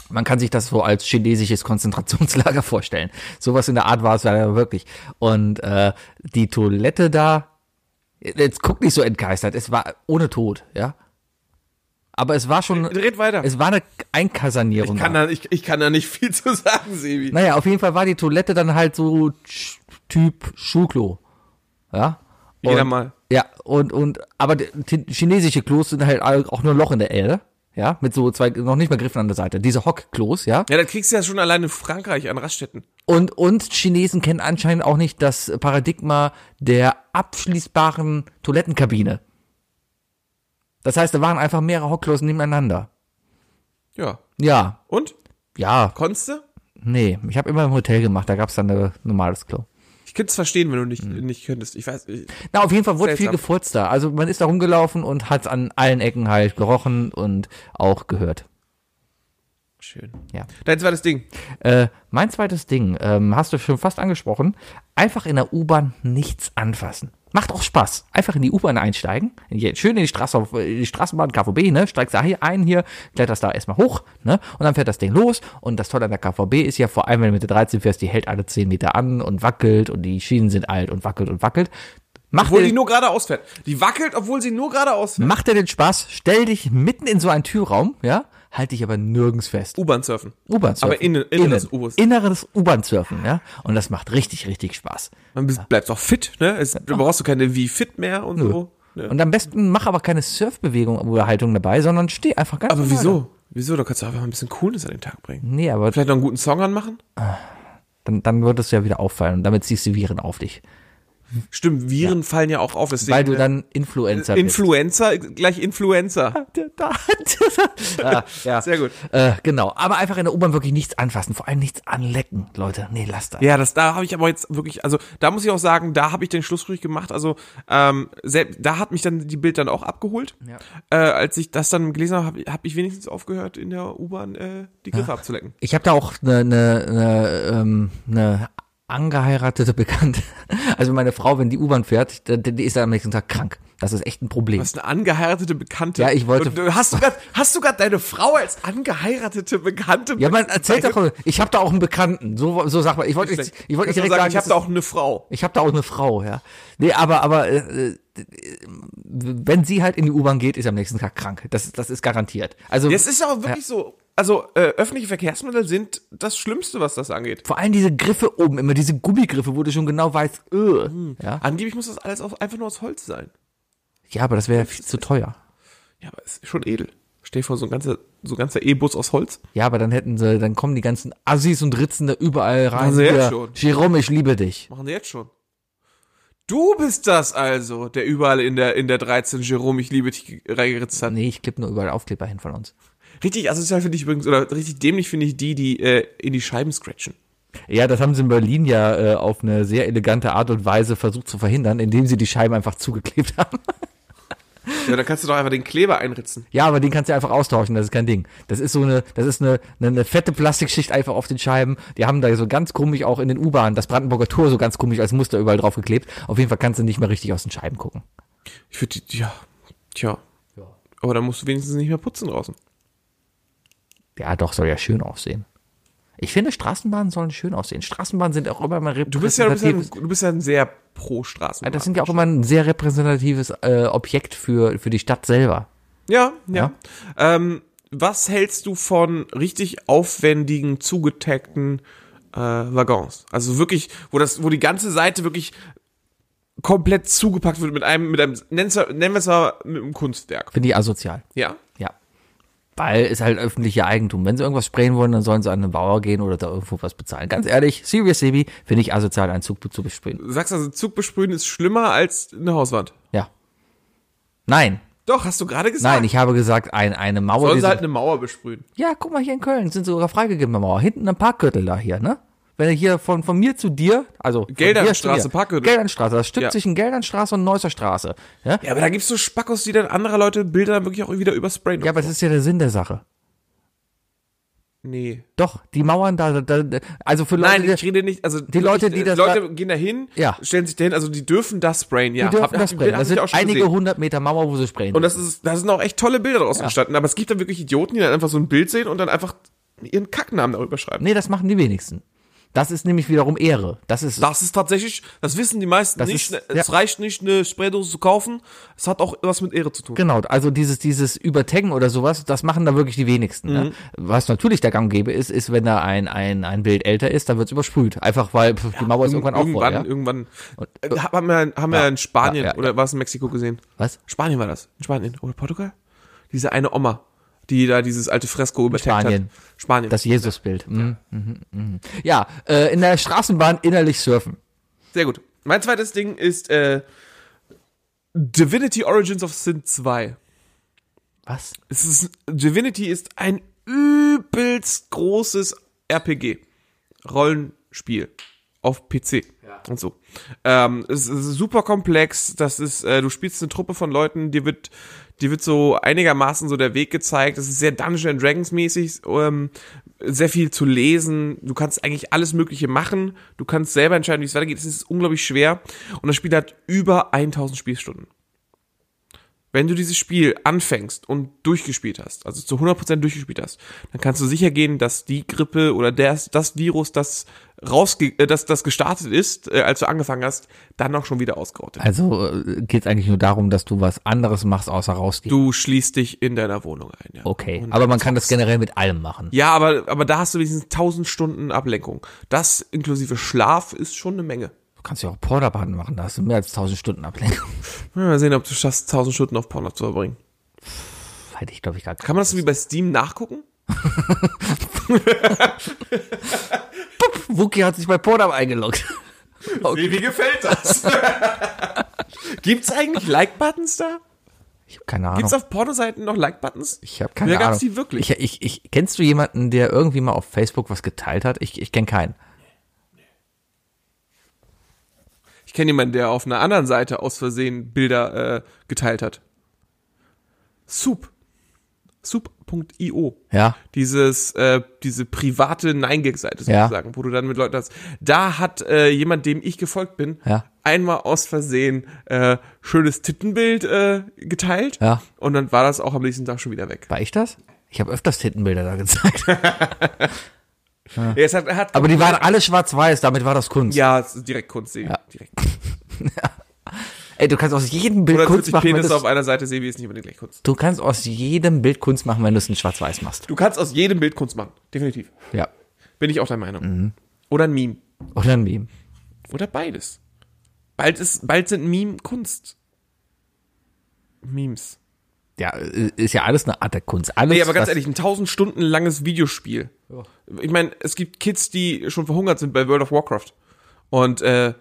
A: Man kann sich das so als chinesisches Konzentrationslager <laughs> vorstellen. Sowas in der Art war es leider wirklich. Und äh, die Toilette da, jetzt guck nicht so entgeistert, es war ohne Tod, ja. Aber es war schon,
B: Red weiter.
A: es war eine Einkasernierung.
B: Ich kann, da, ich, ich kann da nicht viel zu sagen, Sebi.
A: Naja, auf jeden Fall war die Toilette dann halt so Sch- Typ Schuhklo. Ja. Und,
B: Jeder mal.
A: Ja, und, und, aber die- die chinesische Klos sind halt all- auch nur ein Loch in der Erde. Ja, mit so zwei, noch nicht mal Griffen an der Seite. Diese Hockklos, ja.
B: Ja, dann kriegst du ja schon allein in Frankreich an Raststätten.
A: Und, und Chinesen kennen anscheinend auch nicht das Paradigma der abschließbaren Toilettenkabine. Das heißt, da waren einfach mehrere Hockklos nebeneinander.
B: Ja.
A: Ja,
B: Und?
A: ja,
B: Konntest du?
A: nee. Ich habe immer im Hotel gemacht, da gab's dann ein normales Klo.
B: Ich könnte es verstehen, wenn du nicht, nicht könntest. Ich weiß. Ich,
A: Na, auf jeden Fall wurde viel
B: Seltsam.
A: gefurzt da. Also man ist da rumgelaufen und hat an allen Ecken halt gerochen und auch gehört.
B: schön.
A: Ja.
B: Dein zweites Ding.
A: Äh, mein zweites Ding, ähm, hast du schon fast angesprochen, einfach in der U-Bahn nichts anfassen. Macht auch Spaß. Einfach in die U-Bahn einsteigen. in die- Schön in die, Straße, in die Straßenbahn, KVB, ne? Steigst da hier ein, hier, kletterst da erstmal hoch, ne? Und dann fährt das Ding los. Und das Tolle an der KVB ist ja, vor allem, wenn du mit der 13 fährst, die hält alle 10 Meter an und wackelt und die Schienen sind alt und wackelt und wackelt. Macht
B: Obwohl
A: dir-
B: die nur geradeaus fährt. Die wackelt, obwohl sie nur geradeaus fährt.
A: Macht dir den Spaß, stell dich mitten in so einen Türraum, ja, halt dich aber nirgends fest.
B: Mhm. U-Bahn surfen.
A: U-Bahn-Surfen.
B: Aber innen- inneres U-Bus.
A: Inneres U-Bahn-Surfen, ja. Und das macht richtig, richtig Spaß.
B: Man bist- bleibst auch fit, ne? Es, du brauchst du keine wie fit mehr und so. Ne?
A: Und am besten mach aber keine Surfbewegung oder Haltung dabei, sondern steh einfach ganz
B: Aber
A: normal da.
B: wieso? Wieso? Da kannst du einfach ein bisschen Coolness an den Tag bringen.
A: Nee, aber
B: Vielleicht noch einen guten Song anmachen?
A: dann, dann würdest du ja wieder auffallen und damit ziehst du Viren auf dich.
B: Stimmt, Viren fallen ja auch auf, deswegen. ne?
A: Weil du dann Influencer
B: Influencer, gleich Influencer.
A: bist. Da- ah, ja.
B: Sehr gut.
A: Äh, genau. Aber einfach in der U-Bahn wirklich nichts anfassen, vor allem nichts anlecken, Leute. Nee, lasst das.
B: Ja, das da habe ich aber jetzt wirklich, also da muss ich auch sagen, da habe ich den Schlussstrich gemacht. Also ähm, selbst, da hat mich dann die Bild dann auch abgeholt.
A: Ja.
B: Äh, als ich das dann gelesen habe, habe hab ich wenigstens aufgehört, in der U-Bahn äh, die Griffe abzulecken.
A: Ich habe da auch eine ne, ne, ähm, ne angeheiratete Bekannte. <laughs> Also meine Frau, wenn die U-Bahn fährt, die, die ist dann am nächsten Tag krank. Das ist echt ein Problem.
B: Das ist eine angeheiratete Bekannte.
A: Ja, ich wollte-
B: Und, äh, hast du grad, hast du gerade deine Frau als angeheiratete Bekannte?
A: Ja, man erzählt
B: bezeichnet?
A: doch, ich habe da auch einen Bekannten. So, so sagt man, ich wollte nicht, ich wollte nicht
B: Kannst du
A: direkt
B: sagen,
A: sagen,
B: ich habe da auch eine Frau.
A: ich habe da auch eine Frau, ja. Nee, aber aber äh, äh, wenn sie halt in die U-Bahn geht, ist sie am nächsten Tag krank. Das das ist garantiert. Also
B: Das ist auch wirklich so. Also äh, öffentliche Verkehrsmittel sind das Schlimmste, was das angeht.
A: vor allem diese Griffe oben immer diese Gummigriffe, wo du schon genau weißt, äh,
B: Hm.
A: ja.
B: Angeblich muss das alles aus, einfach nur aus Holz sein.
A: Ja, aber das wäre viel zu teuer.
B: Ja, aber ist schon edel. Stell dir vor, so ein ganzer, so ein ganzer E-Bus aus Holz.
A: Ja, aber dann hätten sie, dann kommen die ganzen Assis und Ritzen da überall rein.
B: sie Also
A: Hier,
B: jetzt schon.
A: Jerome, ich liebe dich.
B: Machen sie jetzt schon. Du bist das also, der überall in der, in der 13 Jerome, ich liebe dich reingeritzt hat.
A: Nee, ich klippe nur überall Aufkleber hin von uns.
B: Richtig asozial finde ich übrigens, oder richtig dämlich finde ich die, die äh, in die Scheiben scratchen.
A: Ja, das haben sie in Berlin ja äh, auf eine sehr elegante Art und Weise versucht zu verhindern, indem sie die Scheiben einfach zugeklebt <laughs> haben.
B: Ja, dann kannst du doch einfach den Kleber einritzen.
A: Ja, aber den kannst du einfach austauschen, das ist kein Ding. Das ist so eine, das ist eine, eine, eine fette Plastikschicht einfach auf den Scheiben. Die haben da so ganz komisch auch in den U-Bahnen, das Brandenburger Tor so ganz komisch als Muster überall drauf geklebt. Auf jeden Fall kannst du nicht mehr richtig aus den Scheiben gucken.
B: Ich würde die, ja, tja. Aber dann musst du wenigstens nicht mehr putzen draußen.
A: Ja, doch, soll ja schön aussehen. Ich finde, Straßenbahnen sollen schön aussehen. Straßenbahnen sind auch immer mal
B: Du bist ja, du bist ja,
A: repräsentatives.
B: ein- du bist ja ein sehr pro Straßenbahn.
A: Das sind ja auch immer ein sehr repräsentatives äh, Objekt für, für die Stadt selber.
B: Ja, ja. Ähm, was hältst du von richtig aufwendigen, zugetagten äh, Waggons? Also wirklich, wo das, wo die ganze Seite wirklich komplett zugepackt wird mit einem, mit einem, nenn's- nennen wir es mal mit einem Kunstwerk.
A: Finde ich asozial.
B: Ja?
A: Ja. Weil ist halt öffentlicher Eigentum. Wenn sie irgendwas sprayen wollen, dann sollen sie an einen Bauer gehen oder da irgendwo was bezahlen. Ganz ehrlich, Serious Sebi finde ich asozial, einen Zug zu besprayen.
B: Du sagst also, Zug besprühen ist schlimmer als eine Hauswand.
A: Ja. Nein,
B: Doch, hast du gerade gesagt.
A: nein, ich habe gesagt, ein, eine Mauer.
B: Ah. Sollen
A: diese-
B: sie halt eine Mauer besprühen.
A: Ja, guck mal hier in Köln, sind sogar freigegebene Mauer. Hinten am Parkgürtel da hier, ne? Wenn du hier von, von mir zu dir, also von
B: Geldernstraße,
A: dir zu mir.
B: Parkgürtel.
A: Geldernstraße, das Stück
B: Ja.
A: zwischen Geldernstraße und Neusser Straße. Ja?
B: Ja, aber da gibt's so Spackos, die dann anderer Leute Bilder dann wirklich auch wieder übersprayen.
A: ja, aber das ist ja der Sinn der Sache.
B: nee.
A: Doch, die Mauern da, da, da also für Leute,
B: Nein, ich
A: die,
B: rede nicht, also
A: die Leute, die das
B: Leute gehen da hin,
A: Ja.
B: stellen sich dahin, also die dürfen das sprayen, ja.
A: die dürfen
B: Hab- hab- <laughs>
A: das sprayen.
B: hab
A: Das
B: ich
A: sind
B: auch schon
A: einige
B: gesehen.
A: hundert Meter Mauer, wo sie sprayen.
B: Und das ist, da sind auch echt tolle Bilder draus entstanden, aber es gibt dann wirklich Idioten, die dann einfach so ein Bild sehen und dann einfach ihren Kacknamen darüber schreiben.
A: nee, das machen die wenigsten. Das ist nämlich wiederum Ehre. Das ist,
B: Das ist tatsächlich, das wissen die meisten
A: Das
B: nicht.
A: ist-
B: Es
A: ja.
B: reicht nicht, eine Spraydose zu kaufen. Es hat auch was mit Ehre zu tun.
A: genau, also dieses, dieses Übertaggen oder sowas, das machen da wirklich die wenigsten.
B: Mhm.
A: Ne? Was natürlich der Gang gäbe ist, ist, wenn da ein, ein, ein Bild älter ist, dann wird's übersprüht. Einfach weil pf, die Mauer ist irgendwann auch voll.
B: irgendwann,
A: Ja?
B: irgendwann. Äh, haben wir, haben wir in Spanien
A: Ja, ja, ja.
B: oder war es in Mexiko gesehen?
A: Was?
B: Spanien war das. In Spanien oder Portugal? Diese eine Oma, die da dieses alte Fresko überteckt hat.
A: Spanien.
B: Spanien.
A: Das Jesusbild. Mhm. Mhm. Mhm. Ja, äh, in der Straßenbahn innerlich surfen.
B: Sehr gut. Mein zweites Ding ist äh, Divinity Origins of Sin 2.
A: Was?
B: Es ist, Divinity ist ein übelst großes RPG. Rollenspiel. Auf PC. Und so. Ähm, es ist super komplex. Das ist, äh, du spielst eine Truppe von Leuten, dir wird, dir wird so einigermaßen so der Weg gezeigt. Es ist sehr Dungeons and Dragons mäßig. Ähm, sehr viel zu lesen. Du kannst eigentlich alles Mögliche machen. Du kannst selber entscheiden, wie es weitergeht. Es ist unglaublich schwer. Und das Spiel hat über 1000 Spielstunden. Wenn du dieses Spiel anfängst und durchgespielt hast, also zu 100% durchgespielt hast, dann kannst du sicher gehen, dass die Grippe oder das, das Virus, das, rausge äh, das, das gestartet ist, äh, als du angefangen hast, dann auch schon wieder ausgerottet.
A: Also geht es eigentlich nur darum, dass du was anderes machst, außer rausgehen.
B: Du schließt dich in deiner Wohnung ein. Ja.
A: okay,
B: Und
A: aber man kann das generell mit allem machen.
B: Ja, aber, aber da hast du wenigstens 1000 Stunden Ablenkung. Das inklusive Schlaf ist schon eine Menge.
A: Du kannst ja auch Porterbahn machen, da hast du mehr als 1000 Stunden Ablenkung. <laughs>
B: Mal sehen, ob du schaffst, 1000 Stunden auf Pornhub zu verbringen.
A: Hätte ich, glaube ich, gar
B: Kann man das wie bei Steam nachgucken?
A: Wookie hat sich bei Pornhub eingeloggt. <laughs>
B: Nee, wie gefällt das? <laughs> Gibt's eigentlich Like-Buttons da?
A: Ich habe keine Ahnung.
B: Gibt's auf Pornoseiten noch Like-Buttons?
A: ich habe keine
B: Früher
A: Ahnung.
B: gab's die wirklich?
A: Ich, ich, ich, kennst du jemanden, der irgendwie mal auf Facebook was geteilt hat? Ich, ich kenne keinen.
B: Ich kenne jemanden, der auf einer anderen Seite aus Versehen Bilder äh, geteilt hat. Soup. Soup.io.
A: Ja.
B: dieses äh, diese private Nein-Gag-Seite
A: Ja.
B: sozusagen, wo du dann mit Leuten hast. Da hat äh, jemand, dem ich gefolgt bin,
A: Ja.
B: einmal aus Versehen äh, schönes Tittenbild äh, geteilt
A: Ja.
B: und dann war das auch am nächsten Tag schon wieder weg.
A: War ich das? Ich habe öfters Tittenbilder da
B: <laughs>
A: gezeigt.
B: Ja, es hat, er hat
A: Aber die waren alle schwarz-weiß, damit war das Kunst.
B: ja, es ist direkt Kunst, Sebi. Direkt.
A: Ey, du kannst aus jedem Bild Kunst
B: 140
A: machen, wenn
B: Penisse
A: du's-
B: auf einer Seite, Sebi, ist nicht unbedingt gleich Kunst.
A: du kannst aus jedem Bild Kunst machen, wenn du es in schwarz-weiß machst.
B: Du kannst aus jedem Bild Kunst machen, definitiv.
A: Ja.
B: Bin ich auch der Meinung.
A: Mhm.
B: Oder ein Meme.
A: Oder ein Meme.
B: Oder beides. Bald, ist, bald sind Meme Kunst. Memes.
A: Ja, äh, ist ja alles eine Art der Kunst. Alles,
B: Nee, aber ganz
A: was-
B: ehrlich, ein tausend Stunden langes Videospiel. Ich meine, es gibt Kids, die schon verhungert sind bei World of Warcraft. Und äh,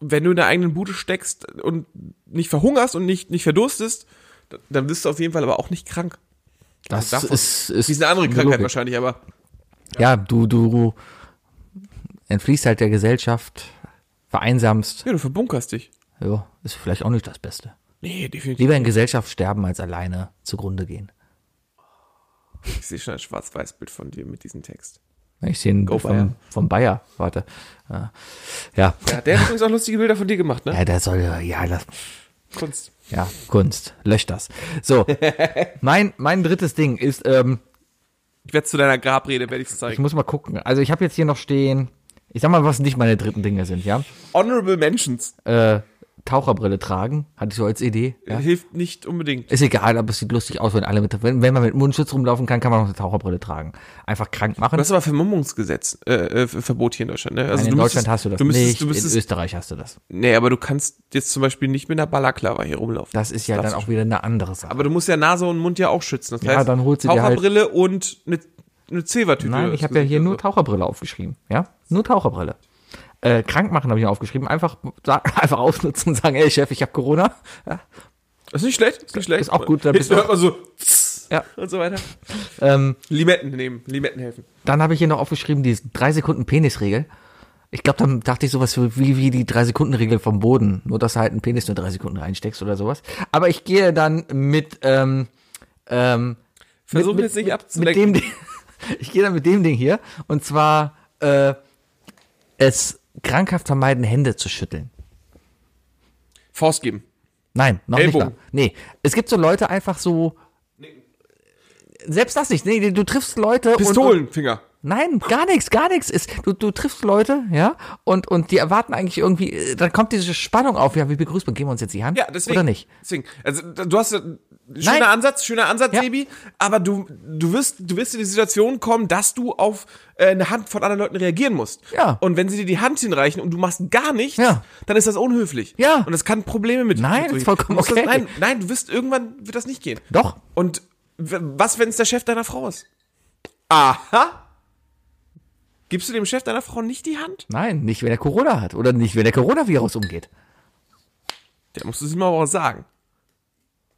B: wenn du in der eigenen Bude steckst und nicht verhungerst und nicht, nicht verdurstest, d- dann bist du auf jeden Fall aber auch nicht krank.
A: das
B: davon-
A: ist, ist
B: Die ist eine andere Krankheit ne?
A: Logik.
B: wahrscheinlich, aber
A: Ja, du, du entfliehst halt der Gesellschaft, vereinsamst.
B: ja, du verbunkerst dich.
A: Ja, ist vielleicht auch nicht das Beste.
B: Nee, definitiv.
A: Lieber in Gesellschaft sterben, als alleine zugrunde gehen.
B: Ich sehe schon ein Schwarz-Weiß-Bild von dir mit diesem Text.
A: Ich sehe einen
B: Go
A: vom,
B: Bayer.
A: vom Bayer. Warte. Ja. Ja,
B: Ja, der hat übrigens auch lustige Bilder von dir gemacht, ne?
A: ja der soll, ja, das,
B: Kunst.
A: Ja, Kunst. Lösch das.
B: <laughs>
A: So, mein, mein drittes Ding ist, ähm,
B: Ich werde zu deiner Grabrede, werde ich zeigen.
A: ich muss mal gucken. Also ich habe jetzt hier noch stehen, ich sag mal, was nicht meine dritten Dinge sind, ja?
B: Honorable Mentions.
A: Äh, Taucherbrille tragen, hatte ich so als Idee. Ja?
B: Hilft nicht unbedingt.
A: Ist egal, aber es sieht lustig aus, wenn alle mit, wenn, wenn man mit Mundschutz rumlaufen kann, kann man auch eine Taucherbrille tragen. Einfach krank machen.
B: Du hast aber Vermummungsgesetz, äh, äh, Verbot hier in Deutschland, ne? Also
A: Nein,
B: du
A: in Deutschland
B: müsstest-
A: hast du das
B: du müsstest,
A: nicht,
B: Du müsstest,
A: in Österreich hast du das.
B: nee, aber du kannst jetzt zum Beispiel nicht mit einer Balaklava hier rumlaufen.
A: Das ist ja dann
B: darfst du
A: auch wieder eine andere Sache.
B: schon. Aber du musst ja Nase und Mund ja auch schützen. Das
A: Ja,
B: heißt,
A: dann holst du dir halt-
B: Taucherbrille und eine, eine Zevertüte.
A: Nein, ich habe ja hier nur Taucherbrille aufgeschrieben. Ja, nur Taucherbrille. Äh, krank machen habe ich mir aufgeschrieben. Einfach, sa- <laughs> einfach ausnutzen und sagen, ey Chef, ich habe Corona.
B: Ist nicht schlecht, ist nicht schlecht.
A: auch gut, dann
B: Jetzt
A: bist du-
B: hört man so, tss,
A: Ja.
B: <laughs> und so weiter.
A: Ähm,
B: Limetten nehmen, Limetten helfen.
A: dann habe ich hier noch aufgeschrieben die drei Sekunden Penisregel. Ich glaube, dann dachte ich sowas wie, wie die drei Sekunden Regel vom Boden, nur dass du halt einen Penis nur drei Sekunden reinsteckst oder sowas. Aber ich gehe dann mit ähm, ähm,
B: Versuch
A: mit,
B: jetzt nicht
A: mit
B: abzulenken.
A: dem Ding, <laughs> ich gehe dann mit dem Ding hier und zwar äh, es krankhaft vermeiden, Hände zu schütteln.
B: Faust geben.
A: Nein, noch
B: Ellbogen.
A: nicht. Mal. Nee, es gibt so Leute einfach so. Selbst das nicht. Nee, du triffst Leute. Und, und,
B: Pistolenfinger.
A: nein, gar nichts, gar nichts ist. Du, du triffst Leute, ja, und, und die erwarten eigentlich irgendwie, äh, dann kommt diese Spannung auf, ja, wie begrüßt man, geben wir uns jetzt die Hand?
B: Ja, deswegen.
A: Oder nicht?
B: Deswegen. Also da- du hast ja- schöner
A: Nein.
B: Ansatz, schöner Ansatz,
A: Ja.
B: Sebi, aber du du wirst du wirst in die Situation kommen, dass du auf äh, eine Hand von anderen Leuten reagieren musst.
A: Ja.
B: Und wenn sie dir die Hand hinreichen und du machst gar nichts,
A: Ja.
B: dann ist das unhöflich.
A: Ja.
B: Und das kann Probleme mit
A: Nein,
B: mit-
A: ist vollkommen
B: Du musst
A: okay.
B: Das, nein, nein, du wirst irgendwann wird das nicht gehen.
A: Doch.
B: Und w- was wenn es der Chef deiner Frau ist? Aha. Gibst du dem Chef deiner Frau nicht die Hand?
A: Nein, nicht, wenn er Corona hat. Oder nicht, wenn der Coronavirus umgeht.
B: Der musst du es ihm aber auch sagen.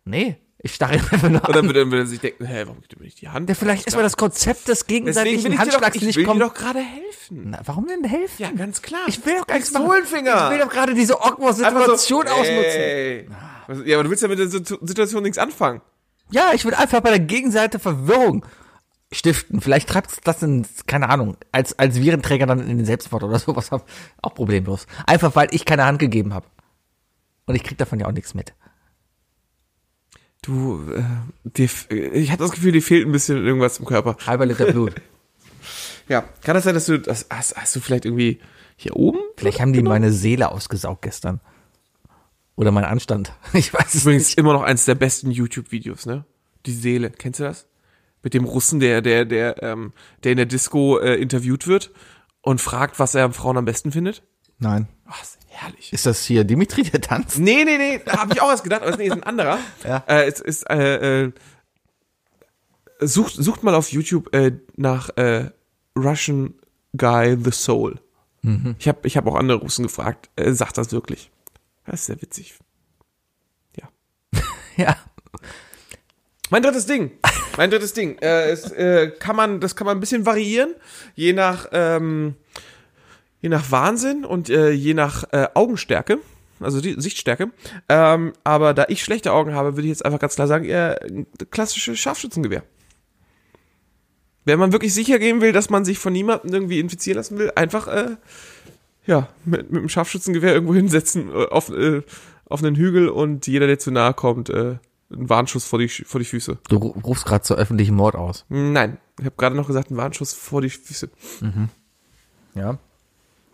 A: Nee, ich starre ihn einfach nur
B: Oder
A: an.
B: würde, würde er sich denken, hä, warum gibt er mir nicht die Hand?
A: Ja, vielleicht ist mal das Konzept des
B: Deswegen will
A: gegenseitigen
B: ich dir doch,
A: Handschlags
B: ich
A: nicht
B: will dir
A: kommen.
B: doch gerade helfen.
A: Na, Warum denn helfen?
B: Ja, ganz klar.
A: Ich will doch gar nichts machen.
B: Pistolenfinger.
A: Ich will doch gerade diese Awkward-Situation ausnutzen.
B: ausnutzen. Ja, aber du willst ja mit der Situ- Situation nichts anfangen.
A: Ja, ich will einfach bei der Gegenseite Verwirrung stiften. Vielleicht treibt das in, keine Ahnung, als, als Virenträger dann in den Selbstmord oder sowas ab. Auch problemlos. Einfach weil ich keine Hand gegeben habe. Und ich krieg davon ja auch nichts mit.
B: Du, äh, dir, f- ich hatte das Gefühl, dir fehlt ein bisschen irgendwas im Körper.
A: Halber Liter
B: <laughs>
A: Blut.
B: Ja, kann das sein, dass du, das, hast, hast du vielleicht irgendwie hier oben?
A: Vielleicht haben
B: Genau.
A: die meine Seele ausgesaugt gestern. Oder mein Anstand. <laughs> Ich weiß es
B: Übrigens
A: nicht.
B: immer noch eins der besten YouTube-Videos, ne? Die Seele, kennst du das? Mit dem Russen, der, der, der, ähm, der in der Disco äh, interviewt wird und fragt, was er am Frauen am besten findet.
A: Nein.
B: Was herrlich.
A: Ist das hier Dimitri, der tanzt?
B: Nee, nee, nee, habe ich auch erst gedacht, aber nee, ist ein anderer.
A: <laughs> Ja.
B: Äh, es ist, äh, äh, sucht, sucht mal auf YouTube äh, nach äh, Russian Guy the Soul.
A: Mhm.
B: Ich habe ich hab auch andere Russen gefragt, äh, sagt das wirklich? Das ist sehr witzig. Ja.
A: Ja.
B: Mein drittes Ding. Mein drittes Ding. Äh, es, äh, kann man, das kann man ein bisschen variieren, je nach, ähm, je nach Wahnsinn und äh, je nach äh, Augenstärke, also die Sichtstärke. Ähm, aber da ich schlechte Augen habe, würde ich jetzt einfach ganz klar sagen, äh, klassisches Scharfschützengewehr. Wenn man wirklich sicher gehen will, dass man sich von niemandem irgendwie infizieren lassen will, einfach äh, ja, mit, mit einem Scharfschützengewehr irgendwo hinsetzen äh, auf, äh, auf einen Hügel und jeder, der zu nahe kommt, äh, einen Warnschuss vor die, Sch- vor die Füße.
A: Du ru- rufst gerade zu öffentlichen Mord aus.
B: Nein, ich habe gerade noch gesagt, einen Warnschuss vor die Füße.
A: Ja.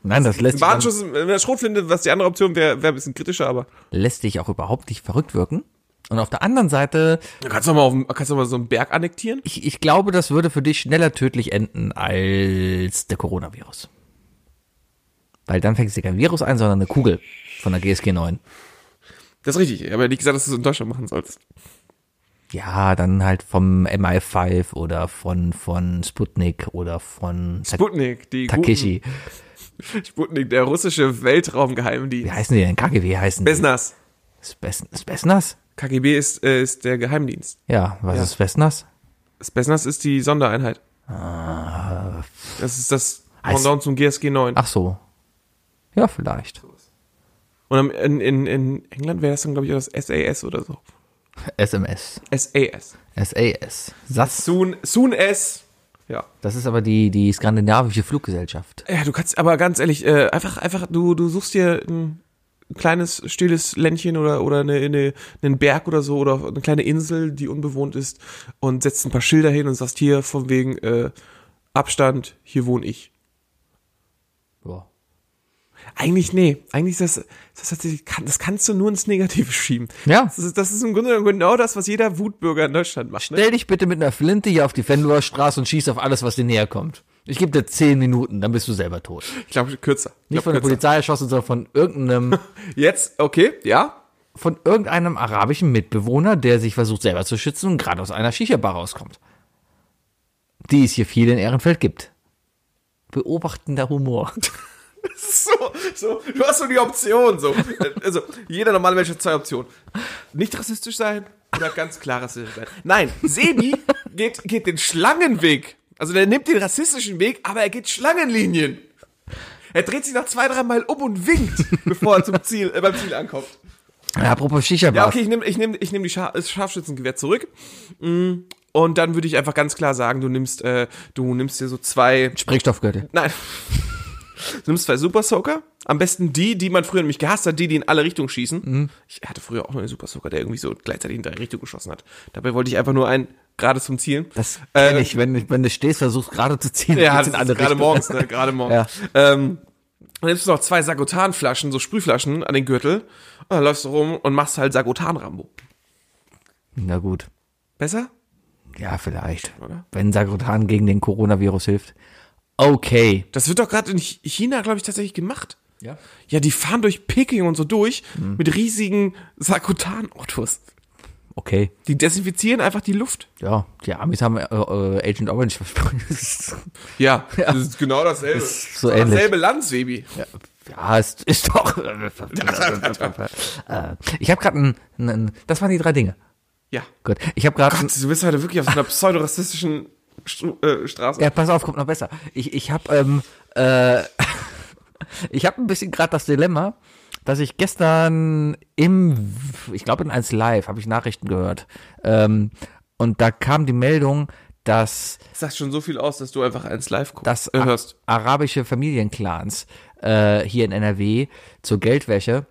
A: Nein, das lässt
B: Ein
A: dich, dann,
B: Warnschuss mit einer Schrotflinte, was die andere Option wäre, wäre ein bisschen kritischer, aber.
A: lässt dich auch überhaupt nicht verrückt wirken. Und auf der anderen Seite,
B: Du kannst doch mal, auf, dem- kannst doch mal so einen Berg annektieren.
A: ich, ich glaube, das würde für dich schneller tödlich enden als der Coronavirus. Weil dann fängst du kein Virus ein, sondern eine Kugel von der GSG 9.
B: Das ist richtig. Ich habe ja nicht gesagt, dass du es in Deutschland machen sollst.
A: Ja, dann halt vom MI5 oder von, von Sputnik oder von Ta
B: Sputnik, die guten-
A: Takeshi.
B: <laughs> Sputnik, der russische Weltraumgeheimdienst.
A: Wie heißen die denn? KGB heißen die.
B: Besnas.
A: Spes Spesnas?
B: KGB ist, äh, ist der Geheimdienst.
A: Ja, was ist Spesnas?
B: Spesnas ist die Sondereinheit.
A: Ah,
B: Das ist das
A: Heißt-
B: Pendant zum GSG 9.
A: Ach so. Ja, vielleicht.
B: Und am- in, in, in England wäre das dann, glaube ich, auch das SAS oder so.
A: SMS.
B: SAS.
A: SAS. SAS.
B: Soon, soon as. Ja.
A: Das ist aber die, die skandinavische Fluggesellschaft.
B: Ja, du kannst, aber ganz ehrlich, äh, einfach, einfach, du, du suchst dir ein kleines, stilles Ländchen oder, oder eine, eine, einen Berg oder so oder eine kleine Insel, die unbewohnt ist und setzt ein paar Schilder hin und sagst hier von wegen äh, Abstand, hier wohne ich.
A: Boah.
B: Eigentlich, nee. Eigentlich ist das, das, tatsächlich- kann, das kannst du nur ins Negative schieben.
A: Ja.
B: Das ist, das ist im Grunde genommen genau das, was jeder Wutbürger in Deutschland macht. Ne?
A: Stell dich bitte mit einer Flinte hier auf die Fenloer Straße und schieß auf alles, was dir näher kommt. Ich gebe dir zehn Minuten, dann bist du selber tot.
B: Ich glaube, kürzer.
A: Nicht
B: Ich glaub,
A: von der
B: kürzer.
A: Polizei erschossen, sondern von
B: <laughs>
A: irgendeinem,
B: Jetzt, okay, ja.
A: von irgendeinem arabischen Mitbewohner, der sich versucht selber zu schützen und gerade aus einer Shisha-Bar rauskommt. Die es hier viel in Ehrenfeld gibt. Beobachtender
B: <laughs>
A: Humor.
B: So, so, du hast so die Option. So. Also, jeder normale Mensch hat zwei Optionen. Nicht rassistisch sein oder ganz klar rassistisch sein. Nein, Sebi geht, geht den Schlangenweg. Also der nimmt den rassistischen Weg, aber er geht Schlangenlinien. Er dreht sich nach zwei, dreimal um und winkt, bevor er zum Ziel, äh, beim Ziel ankommt.
A: Apropos Shisha-Bar.
B: Ja, okay, ich nehme ich nehm, ich nehm die Scha das Scharfschützengewehr zurück. Mm, Und dann würde ich einfach ganz klar sagen, du nimmst, äh, du nimmst dir so zwei
A: Sprengstoffgürtel.
B: Nein. Du nimmst zwei Super Soaker. Am besten die, die man früher nämlich gehasst hat, die, die in alle Richtungen schießen.
A: Mhm.
B: Ich hatte früher auch noch einen Super Soaker, der irgendwie so gleichzeitig in drei Richtungen geschossen hat. Dabei wollte ich einfach nur einen gerade zum Zielen.
A: Das
B: Äh,
A: kenn ich, wenn, wenn du stehst, versuchst gerade zu ziehen. geht's
B: ja, das
A: in
B: ist
A: alle
B: gerade
A: Richtungen.
B: morgens, ne?
A: <laughs>
B: Gerade morgens. Ähm, dann nimmst du noch zwei Sagotanflaschen, so Sprühflaschen an den Gürtel. Und dann läufst du rum und machst halt Sagotan-Rambo.
A: Na gut.
B: Besser?
A: Ja, vielleicht.
B: Oder?
A: Wenn Sagrotan gegen den Coronavirus hilft. Okay.
B: Das wird doch gerade in Ch- China, glaube ich, tatsächlich gemacht.
A: Ja.
B: Ja, die fahren durch Peking und so durch
A: Mhm.
B: mit riesigen Sagotan-Autos.
A: Okay.
B: Die desinfizieren einfach die Luft.
A: Ja, die Amis haben äh, äh, Agent Orange versprochen.
B: Ja, das ist genau dasselbe.
A: Ist so
B: Das
A: ähnlich.
B: Dasselbe Land, Sebi.
A: ja, ist, ist doch. äh, ich habe gerade ein, ein. Das waren die drei Dinge.
B: Ja.
A: Gut. Ich habe gerade.
B: Gott, du bist heute wirklich auf so einer pseudorassistischen Stru äh, Straße.
A: Ja, pass auf, kommt noch besser. Ich, ich habe ähm, äh, <laughs> ich habe ein bisschen gerade das Dilemma, dass ich gestern im, ich glaube in 1 Live, habe ich Nachrichten gehört. Ähm, und da kam die Meldung, dass
B: Das sagt schon so viel aus, dass du einfach eins live guckst.
A: dass
B: äh,
A: a-
B: hörst.
A: arabische Familienclans äh, hier in NRW zur Geldwäsche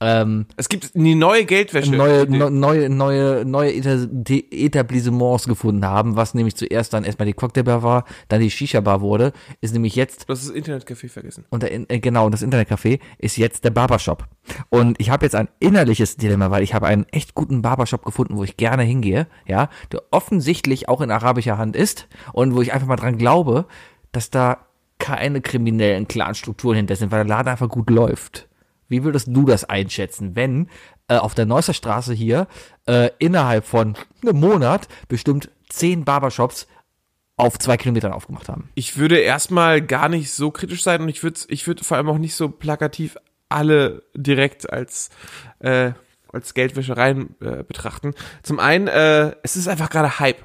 A: ähm,
B: Es gibt die neue Geldwäsche.
A: neue, no, neue, neue, neue Eta- De- Etablissements gefunden haben, was nämlich zuerst dann erstmal die Cocktailbar war, dann die Shisha-Bar wurde, ist nämlich jetzt
B: du hast das Internetcafé vergessen.
A: und der, In- äh, genau, und das Internetcafé ist jetzt der Barbershop. Und ich habe jetzt ein innerliches Dilemma, weil ich habe einen echt guten Barbershop gefunden, wo ich gerne hingehe, ja, der offensichtlich auch in arabischer Hand ist und wo ich einfach mal dran glaube, dass da keine kriminellen Clanstrukturen hinter sind, weil der Laden einfach gut läuft. Wie würdest du das einschätzen, wenn äh, auf der Neusser Straße hier äh, innerhalb von einem Monat bestimmt zehn Barbershops auf zwei Kilometern aufgemacht haben?
B: Ich würde erstmal gar nicht so kritisch sein und ich würde ich würde vor allem auch nicht so plakativ alle direkt als äh, als Geldwäschereien äh, betrachten. Zum einen, äh, es ist einfach gerade Hype.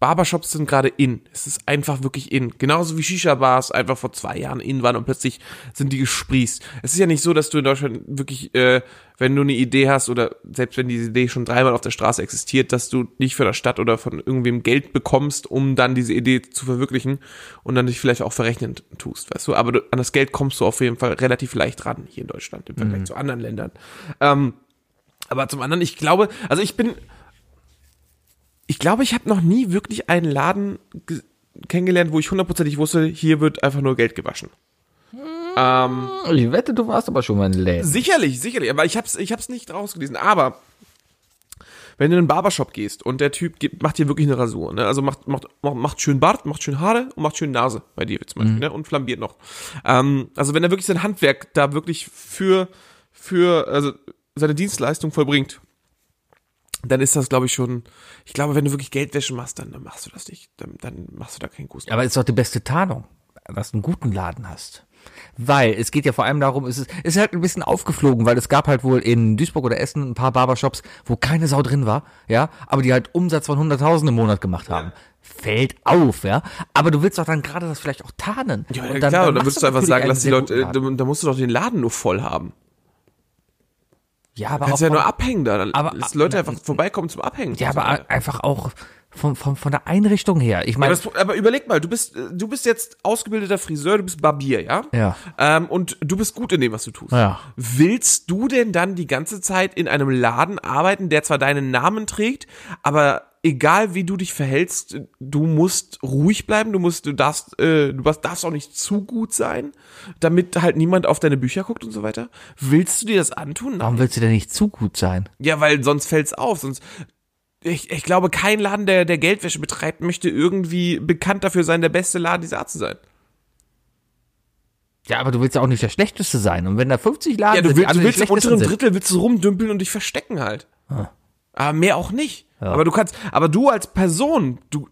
B: Barbershops sind gerade in. Es ist einfach wirklich in. Genauso wie Shisha-Bars einfach vor zwei Jahren in waren und plötzlich sind die gesprießt. Es ist ja nicht so, dass du in Deutschland wirklich, äh, wenn du eine Idee hast oder selbst wenn diese Idee schon dreimal auf der Straße existiert, dass du nicht von der Stadt oder von irgendwem Geld bekommst, um dann diese Idee zu verwirklichen und dann dich vielleicht auch verrechnen tust, weißt du? Aber du, an das Geld kommst du auf jeden Fall relativ leicht ran hier in Deutschland im Vergleich zu anderen Ländern. Ähm, aber zum anderen, ich glaube, also ich bin, ich glaube, ich habe noch nie wirklich einen Laden ge- kennengelernt, wo ich hundertprozentig wusste, hier wird einfach nur Geld gewaschen.
A: Ich wette, du warst aber schon mal in Läden.
B: Sicherlich, sicherlich, aber ich hab's, ich hab's nicht rausgelesen. Aber wenn du in einen Barbershop gehst und der Typ gibt, macht dir wirklich eine Rasur, ne? Also macht, macht, macht, macht schön Bart, macht schön Haare und macht schön Nase bei dir zum
A: Mhm.
B: Beispiel, ne? Und flambiert noch. Ähm, also wenn er wirklich sein Handwerk da wirklich für, für, also seine Dienstleistung vollbringt, dann ist das, glaube ich, schon. Ich glaube, wenn du wirklich Geldwäsche machst, dann, dann machst du das nicht. Dann, dann machst du da keinen Gruß.
A: Aber es ist doch die beste Tarnung, dass du einen guten Laden hast. Weil es geht ja vor allem darum, es ist, es ist halt ein bisschen aufgeflogen, weil es gab halt wohl in Duisburg oder Essen ein paar Barbershops, wo keine Sau drin war, ja, aber die halt Umsatz von 100.000 im Monat gemacht haben. Fällt auf, ja. Aber du willst doch dann gerade das vielleicht auch tarnen.
B: Ja,
A: Und
B: dann, klar, dann, dann
A: machst
B: würdest du einfach
A: natürlich
B: sagen,
A: einen
B: lass die
A: sehr
B: Leute,
A: guten
B: äh, da,
A: Laden.
B: da musst du doch den Laden nur voll haben.
A: ja, aber auch
B: Kannst ja
A: von-
B: nur abhängen da. Dann
A: aber- äh,
B: lass Leute einfach vorbeikommen zum Abhängen.
A: ja, aber äh,
B: Ja,
A: einfach auch von, von, von der Einrichtung her. Ich
B: aber,
A: meine,
B: das, aber überleg mal, du bist, äh, du bist jetzt ausgebildeter Friseur, du bist Barbier, ja?
A: Ja.
B: Ähm, und du bist gut in dem, was du tust.
A: Ja.
B: Willst du denn dann die ganze Zeit in einem Laden arbeiten, der zwar deinen Namen trägt, aber egal wie du dich verhältst, du musst ruhig bleiben, du musst, du darfst, äh, du darfst- darfst auch nicht zu gut sein, damit halt niemand auf deine Bücher guckt und so weiter. Willst du dir das antun? Nein.
A: warum willst du denn nicht zu gut sein?
B: Ja, weil sonst fällt's auf, sonst ich, ich glaube, kein Laden, der, der Geldwäsche betreibt, möchte irgendwie bekannt dafür sein, der beste Laden dieser Art zu sein.
A: Ja, aber du willst ja auch nicht der Schlechteste sein. Und wenn da 50 Laden
B: Ja, du
A: sind, Ah, die alle
B: willst, du
A: die
B: willst im
A: Schlechtesten
B: unteren
A: sind. Ah.
B: Drittel willst du rumdümpeln und dich verstecken halt. Aber mehr auch nicht. Aber du kannst, aber du als Person, du,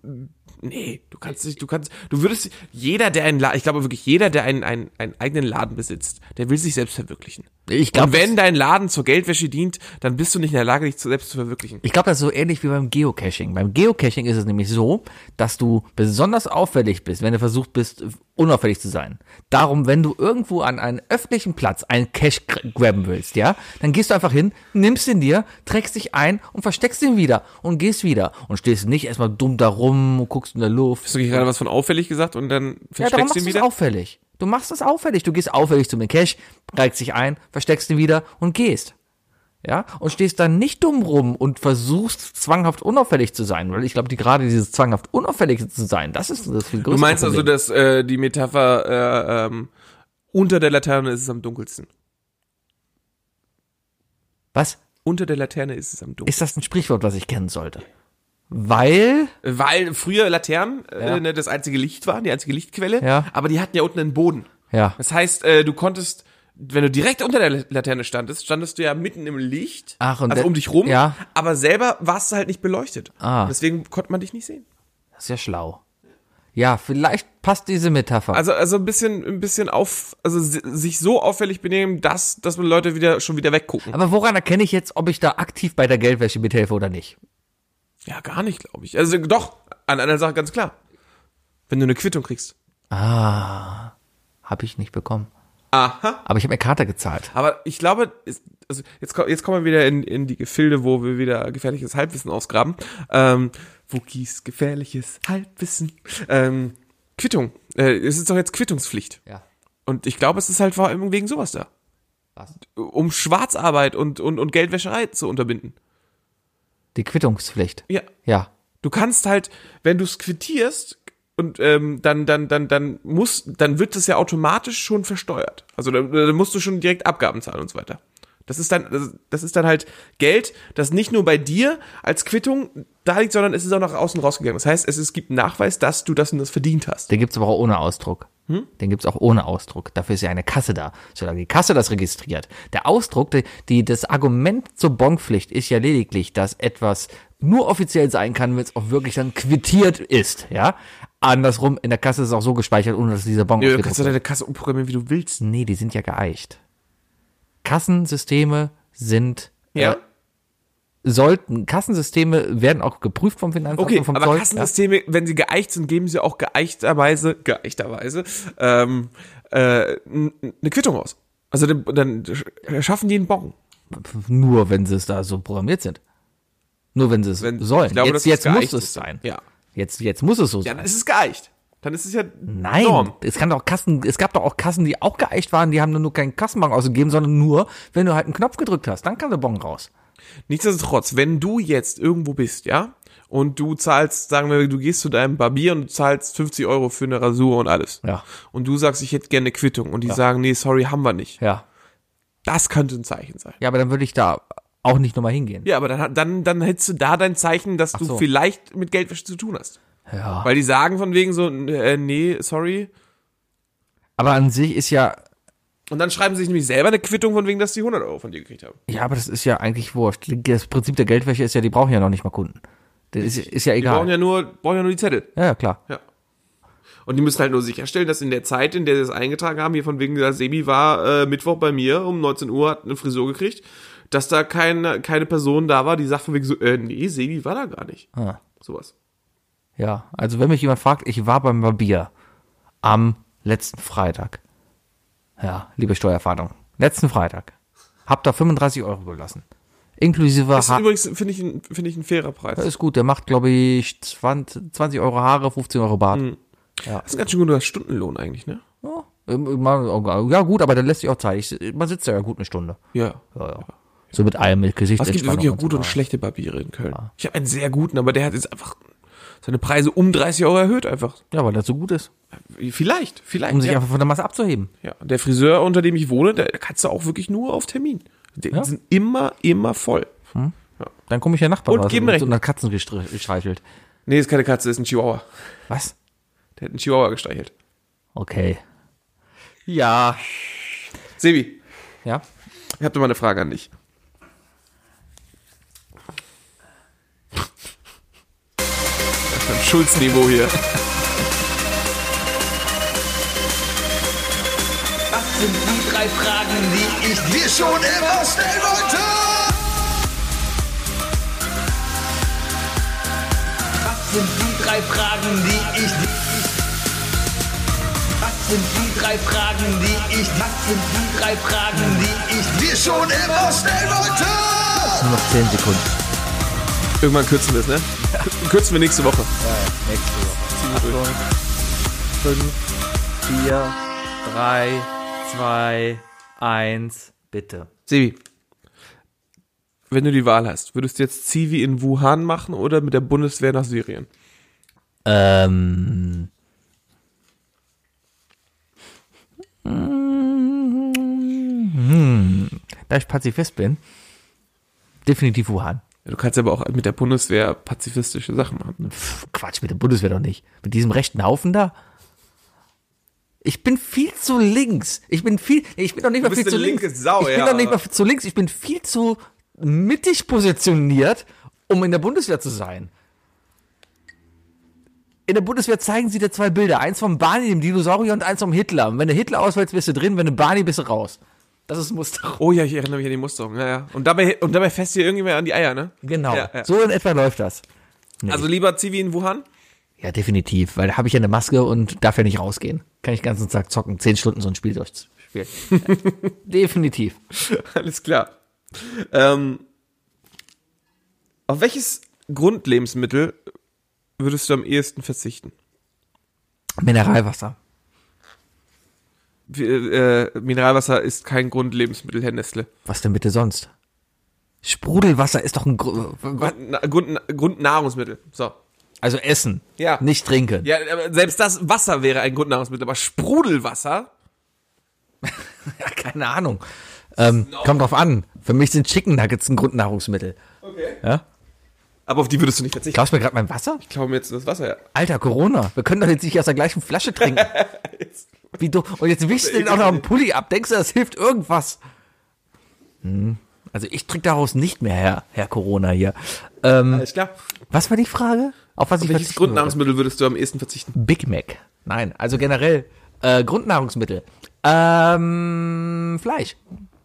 B: nee, du kannst nicht, du kannst, du würdest, jeder, der einen Laden, ich glaube wirklich, jeder, der einen, einen, einen eigenen Laden besitzt, der will sich selbst verwirklichen.
A: Ich
B: Und
A: glaube,
B: wenn dein Laden zur Geldwäsche dient, dann bist du nicht in der Lage, dich zu- selbst zu verwirklichen.
A: Ich glaube, das ist so ähnlich wie beim Geocaching. Beim Geocaching ist es nämlich so, dass du besonders auffällig bist, wenn du versucht bist, unauffällig zu sein. Darum, wenn du irgendwo an einen öffentlichen Platz einen Cache gr- grabben willst, ja, dann gehst du einfach hin, nimmst ihn dir, trägst dich ein und versteckst ihn wieder und gehst wieder und stehst nicht erstmal dumm da rum und guckst in der Luft.
B: Hast du gerade was von auffällig gesagt und dann
A: Ja, darum
B: versteckst
A: machst
B: du ihn
A: du es
B: wieder?
A: auffällig. Du machst es auffällig. Du gehst auffällig zu dem Cache, trägst dich ein, versteckst ihn wieder und gehst. Ja, und stehst dann nicht dumm rum und versuchst zwanghaft unauffällig zu sein, weil ich glaube, die gerade dieses zwanghaft unauffällig zu sein, das ist das viel größere
B: Du meinst also,
A: Problem.
B: dass äh, die Metapher äh, ähm, unter der Laterne ist es am dunkelsten.
A: was
B: Unter der Laterne ist es am dunkelsten.
A: ist das ein Sprichwort, was ich kennen sollte? Weil
B: Weil früher Laternen
A: Ja.
B: äh, ne, das einzige Licht waren, die einzige Lichtquelle,
A: Ja.
B: aber die hatten ja unten einen Boden.
A: ja,
B: Das heißt, äh, du konntest, wenn du direkt unter der Laterne standest, standest du ja mitten im Licht,
A: Ach, und
B: also
A: der-
B: um dich rum,
A: ja.
B: aber selber warst du halt nicht beleuchtet.
A: Ah.
B: Deswegen konnte man dich nicht sehen.
A: das ist ja schlau. Ja, vielleicht passt diese Metapher.
B: Also, also ein bisschen, ein bisschen auf, also si- sich so auffällig benehmen, dass, dass man Leute wieder schon wieder weggucken.
A: aber woran erkenne ich jetzt, ob ich da aktiv bei der Geldwäsche mithelfe oder nicht?
B: Ja, gar nicht, glaube ich. Also doch, an einer Sache ganz klar. Wenn du eine Quittung kriegst.
A: Habe ich nicht bekommen.
B: Aha.
A: Aber ich habe mir Karte gezahlt.
B: Aber ich glaube, es- also jetzt, ko- jetzt kommen wir wieder in, in die Gefilde, wo wir wieder gefährliches Halbwissen ausgraben. Ähm, Wookies gefährliches Halbwissen. Ähm, Quittung. Äh, es ist doch jetzt Quittungspflicht.
A: Ja.
B: Und ich glaube, es ist halt vor allem wegen sowas da.
A: Was?
B: Um Schwarzarbeit und, und, und Geldwäscherei zu unterbinden.
A: Die Quittungspflicht.
B: Ja.
A: Ja.
B: Du kannst halt, wenn du es quittierst und ähm, dann, dann, dann, dann muss, dann wird das ja automatisch schon versteuert. Also dann, dann musst du schon direkt Abgaben zahlen und so weiter. Das ist dann, das- das ist dann halt Geld, das nicht nur bei dir als Quittung da liegt, sondern es ist auch nach außen rausgegangen. Das heißt, es, es gibt einen Nachweis, dass du das und das verdient hast.
A: Den gibt's aber auch ohne Ausdruck.
B: Hm?
A: Den gibt's auch ohne Ausdruck. Dafür ist ja eine Kasse da. Solange die Kasse das registriert. Der Ausdruck, die, die, das Argument zur Bonpflicht ist ja lediglich, dass etwas nur offiziell sein kann, wenn es auch wirklich dann quittiert ist. Ja? Andersrum, in der Kasse ist es auch so gespeichert, ohne dass dieser Bon
B: Ja, du
A: ausgedruckt
B: kannst ja
A: wird.
B: deine Kasse umprogrammieren, wie du willst.
A: Nee, die sind ja geeicht. Kassensysteme sind äh,
B: Ja.
A: sollten Kassensysteme werden auch geprüft vom Finanzamt
B: Okay,
A: und vom
B: aber
A: Zoll.
B: Kassensysteme, wenn sie geeicht sind, geben sie auch geeichterweise, geeichterweise, ähm, äh, n- n- eine Quittung aus. Also dann, dann sch- schaffen die einen Bon.
A: ja? Nur wenn sie es da so programmiert sind. Nur wenn sie es
B: Wenn-
A: sollen.
B: ich glaube, dass
A: jetzt
B: es
A: jetzt muss
B: geeicht
A: es
B: ist.
A: sein.
B: Ja.
A: Jetzt, jetzt muss es so
B: Ja,
A: sein.
B: dann ist es geeicht. Dann ist es ja
A: Nein,
B: Norm.
A: es kann doch Kassen, es gab doch auch Kassen, die auch geeicht waren, die haben dann nur keinen Kassenbon ausgegeben, sondern nur, wenn du halt einen Knopf gedrückt hast, dann kam der Bon raus.
B: Nichtsdestotrotz, wenn du jetzt irgendwo bist, ja, und du zahlst, sagen wir, du gehst zu deinem Barbier und du zahlst 50 Euro für eine Rasur und alles.
A: Ja.
B: Und du sagst, ich hätte gerne eine Quittung. Und die sagen, nee, sorry, haben wir nicht.
A: Ja.
B: Das könnte ein Zeichen sein.
A: Ja, aber dann würde ich da auch nicht nochmal hingehen.
B: Ja, aber dann, dann, dann hättest du da dein Zeichen, dass du
A: so.
B: vielleicht mit Geldwäsche zu tun hast.
A: Ja.
B: Weil die sagen von wegen so, äh, nee, sorry.
A: Aber an sich ist ja,
B: Und dann schreiben sie sich nämlich selber eine Quittung von wegen, dass die 100 Euro von dir gekriegt haben.
A: ja, aber das ist ja eigentlich wurscht. Das Prinzip der Geldwäsche ist ja, die brauchen ja noch nicht mal Kunden. Das ist, ist ja
B: Die brauchen
A: egal.
B: ja nur, brauchen ja nur die Zettel.
A: Ja, ja, klar.
B: Ja. Und die müssen halt nur sicherstellen, dass in der Zeit, in der sie es eingetragen haben, hier von wegen der Sebi war äh, Mittwoch bei mir um 19 Uhr, hat eine Frisur gekriegt, dass da keine, keine Person da war, die sagt von wegen so, äh, nee, Sebi war da gar nicht.
A: Ah.
B: Sowas.
A: Ja, also wenn mich jemand fragt, ich war beim Barbier am letzten Freitag. Ja, liebe Steuerfahndung, letzten Freitag. Hab da 35 Euro gelassen. Inklusive
B: Das ist
A: Haare.
B: übrigens, finde ich, ein- finde ich, ein fairer Preis.
A: Ist gut, der macht, glaube ich, 20, 20 Euro Haare, 15 Euro Bart.
B: Hm. Das ist ein ganz schön guter Stundenlohn eigentlich, ne?
A: Ja, ähm, mal- ja, gut, aber dann lässt sich auch Zeit. Ich, man sitzt da ja gut eine Stunde.
B: Ja.
A: Ja, ja. So mit allem, mit Gesicht.
B: Was gibt wirklich auch
A: so
B: gute und
A: weiter.
B: schlechte Barbiere in Köln? Ich habe einen sehr guten, aber der hat jetzt einfach seine Preise um 30 Euro erhöht einfach.
A: Ja, weil das so gut ist.
B: Vielleicht, vielleicht.
A: Um sich
B: ja.
A: einfach von der Masse abzuheben.
B: Ja, der Friseur, unter dem ich wohne, der kannst du auch wirklich nur auf Termin. Die
A: Ja.
B: sind immer, immer voll.
A: Dann komme ich der Nachbar
B: Und
A: raus
B: geben
A: mit
B: recht.
A: so einer Katzen gestre- gestreichelt.
B: Nee, ist keine Katze, ist ein Chihuahua.
A: Was?
B: Der hat einen Chihuahua gestreichelt.
A: Okay. Ja.
B: Sebi,
A: Ja.
B: ich habe mal eine Frage an dich. <laughs> Das ist ein Schulz-Niveau hier.
G: Das sind die drei Fragen, die ich dir schon immer stellen wollte. Was sind die drei Fragen, die ich Was sind die drei Fragen, die ich Was sind die drei Fragen, die ich dir schon immer stellen wollte?
A: Nur noch 10 Sekunden.
B: Irgendwann kürzen wir es, ne? Kürzen wir nächste Woche.
A: Vier, drei, zwei, eins, bitte.
B: Sebi, wenn du die Wahl hast, würdest du jetzt Zivi in Wuhan machen oder mit der Bundeswehr nach Syrien?
A: Ähm. Hm. Da ich Pazifist bin, definitiv Wuhan.
B: Ja, Du kannst aber auch mit der Bundeswehr pazifistische Sachen machen. Ne?
A: Pff, Quatsch, mit der Bundeswehr doch nicht. Mit diesem rechten Haufen da. Ich bin viel zu links. Ich bin viel, ich bin doch nicht mal
B: bist
A: viel zu
B: eine
A: links.
B: linke Sau,
A: ich bin
B: ja,
A: doch nicht mal
B: aber-
A: zu links. Ich bin viel zu mittig positioniert, um in der Bundeswehr zu sein. In der Bundeswehr zeigen sie dir zwei Bilder. Eins vom Barney, dem Dinosaurier, und eins vom Hitler. Und wenn du Hitler auswählst, bist du drin. Wenn du Barney, bist du raus. Das ist Muster.
B: Oh ja, ich erinnere mich an die Musterung. Ja, ja. Und dabei, und dabei fässt ihr irgendjemand an die Eier, ne?
A: Genau.
B: Ja, ja.
A: So in etwa läuft das.
B: Also lieber Zivi in Wuhan?
A: Ja, definitiv, weil da habe ich ja eine Maske und darf ja nicht rausgehen. Kann ich den ganzen Tag zocken, zehn Stunden so ein Spiel
B: <laughs>
A: durchspielen. ja, definitiv.
B: <laughs> Alles klar. Ähm, auf welches Grundlebensmittel würdest du am ehesten verzichten?
A: Mineralwasser.
B: Wie, äh, Mineralwasser ist kein Grundlebensmittel, Herr Nestle.
A: Was denn bitte sonst? Sprudelwasser ist doch ein Gru-
B: Grund- Na, Grund, Grundnahrungsmittel. So.
A: also Essen,
B: Ja.
A: nicht trinken.
B: Ja, aber selbst das Wasser wäre ein Grundnahrungsmittel, aber Sprudelwasser?
A: Ja, <laughs> keine Ahnung. Ähm, kommt drauf an. Für mich sind Chicken Nuggets ein Grundnahrungsmittel.
B: Okay.
A: Ja?
B: Aber auf die würdest du nicht verzichten.
A: Glaubst du mir gerade mein Wasser?
B: Ich glaube mir jetzt das Wasser, ja.
A: Alter, Corona. Wir können doch jetzt nicht aus der gleichen Flasche
B: <laughs>
A: trinken. Wie du, und jetzt wischst du den auch noch einen Pulli ab. Denkst du, das hilft irgendwas? Hm. Also ich trinke daraus nicht mehr, Herr, Herr Corona hier. Ähm,
B: Alles klar.
A: was war die Frage? Auf was ich
B: Also- Welches
A: verzichten
B: Grundnahrungsmittel würdest du am ehesten verzichten?
A: würde? Big Mac. Nein, also generell äh, Grundnahrungsmittel. Ähm, Fleisch.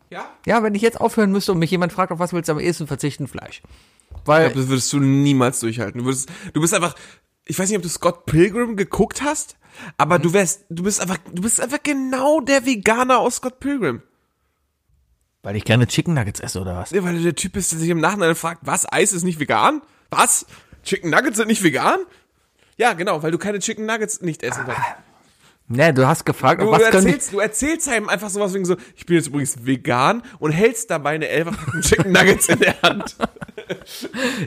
B: Ja.
A: Ja, wenn ich jetzt aufhören müsste und mich jemand fragt, auf was willst du am ehesten verzichten? Fleisch. Weil,
B: Ich glaube, das würdest du niemals durchhalten. Du, würdest, du bist einfach, ich weiß nicht, ob du Scott Pilgrim geguckt hast, aber du wärst, du bist einfach, du bist einfach genau der Veganer aus Scott Pilgrim.
A: weil ich gerne Chicken Nuggets esse oder was?
B: Nee, weil du der Typ bist, der sich im Nachhinein fragt, was, Eis ist nicht vegan? Was? Chicken Nuggets sind nicht vegan? Ja, genau, weil du keine Chicken Nuggets nicht essen kannst.
A: Ne, du hast gefragt,
B: Du,
A: auf
B: du,
A: was können die...
B: erzählst, du erzählst einem einfach sowas wegen so, ich bin jetzt übrigens vegan und hältst dabei eine Elfer <laughs> Packung Chicken Nuggets in der Hand.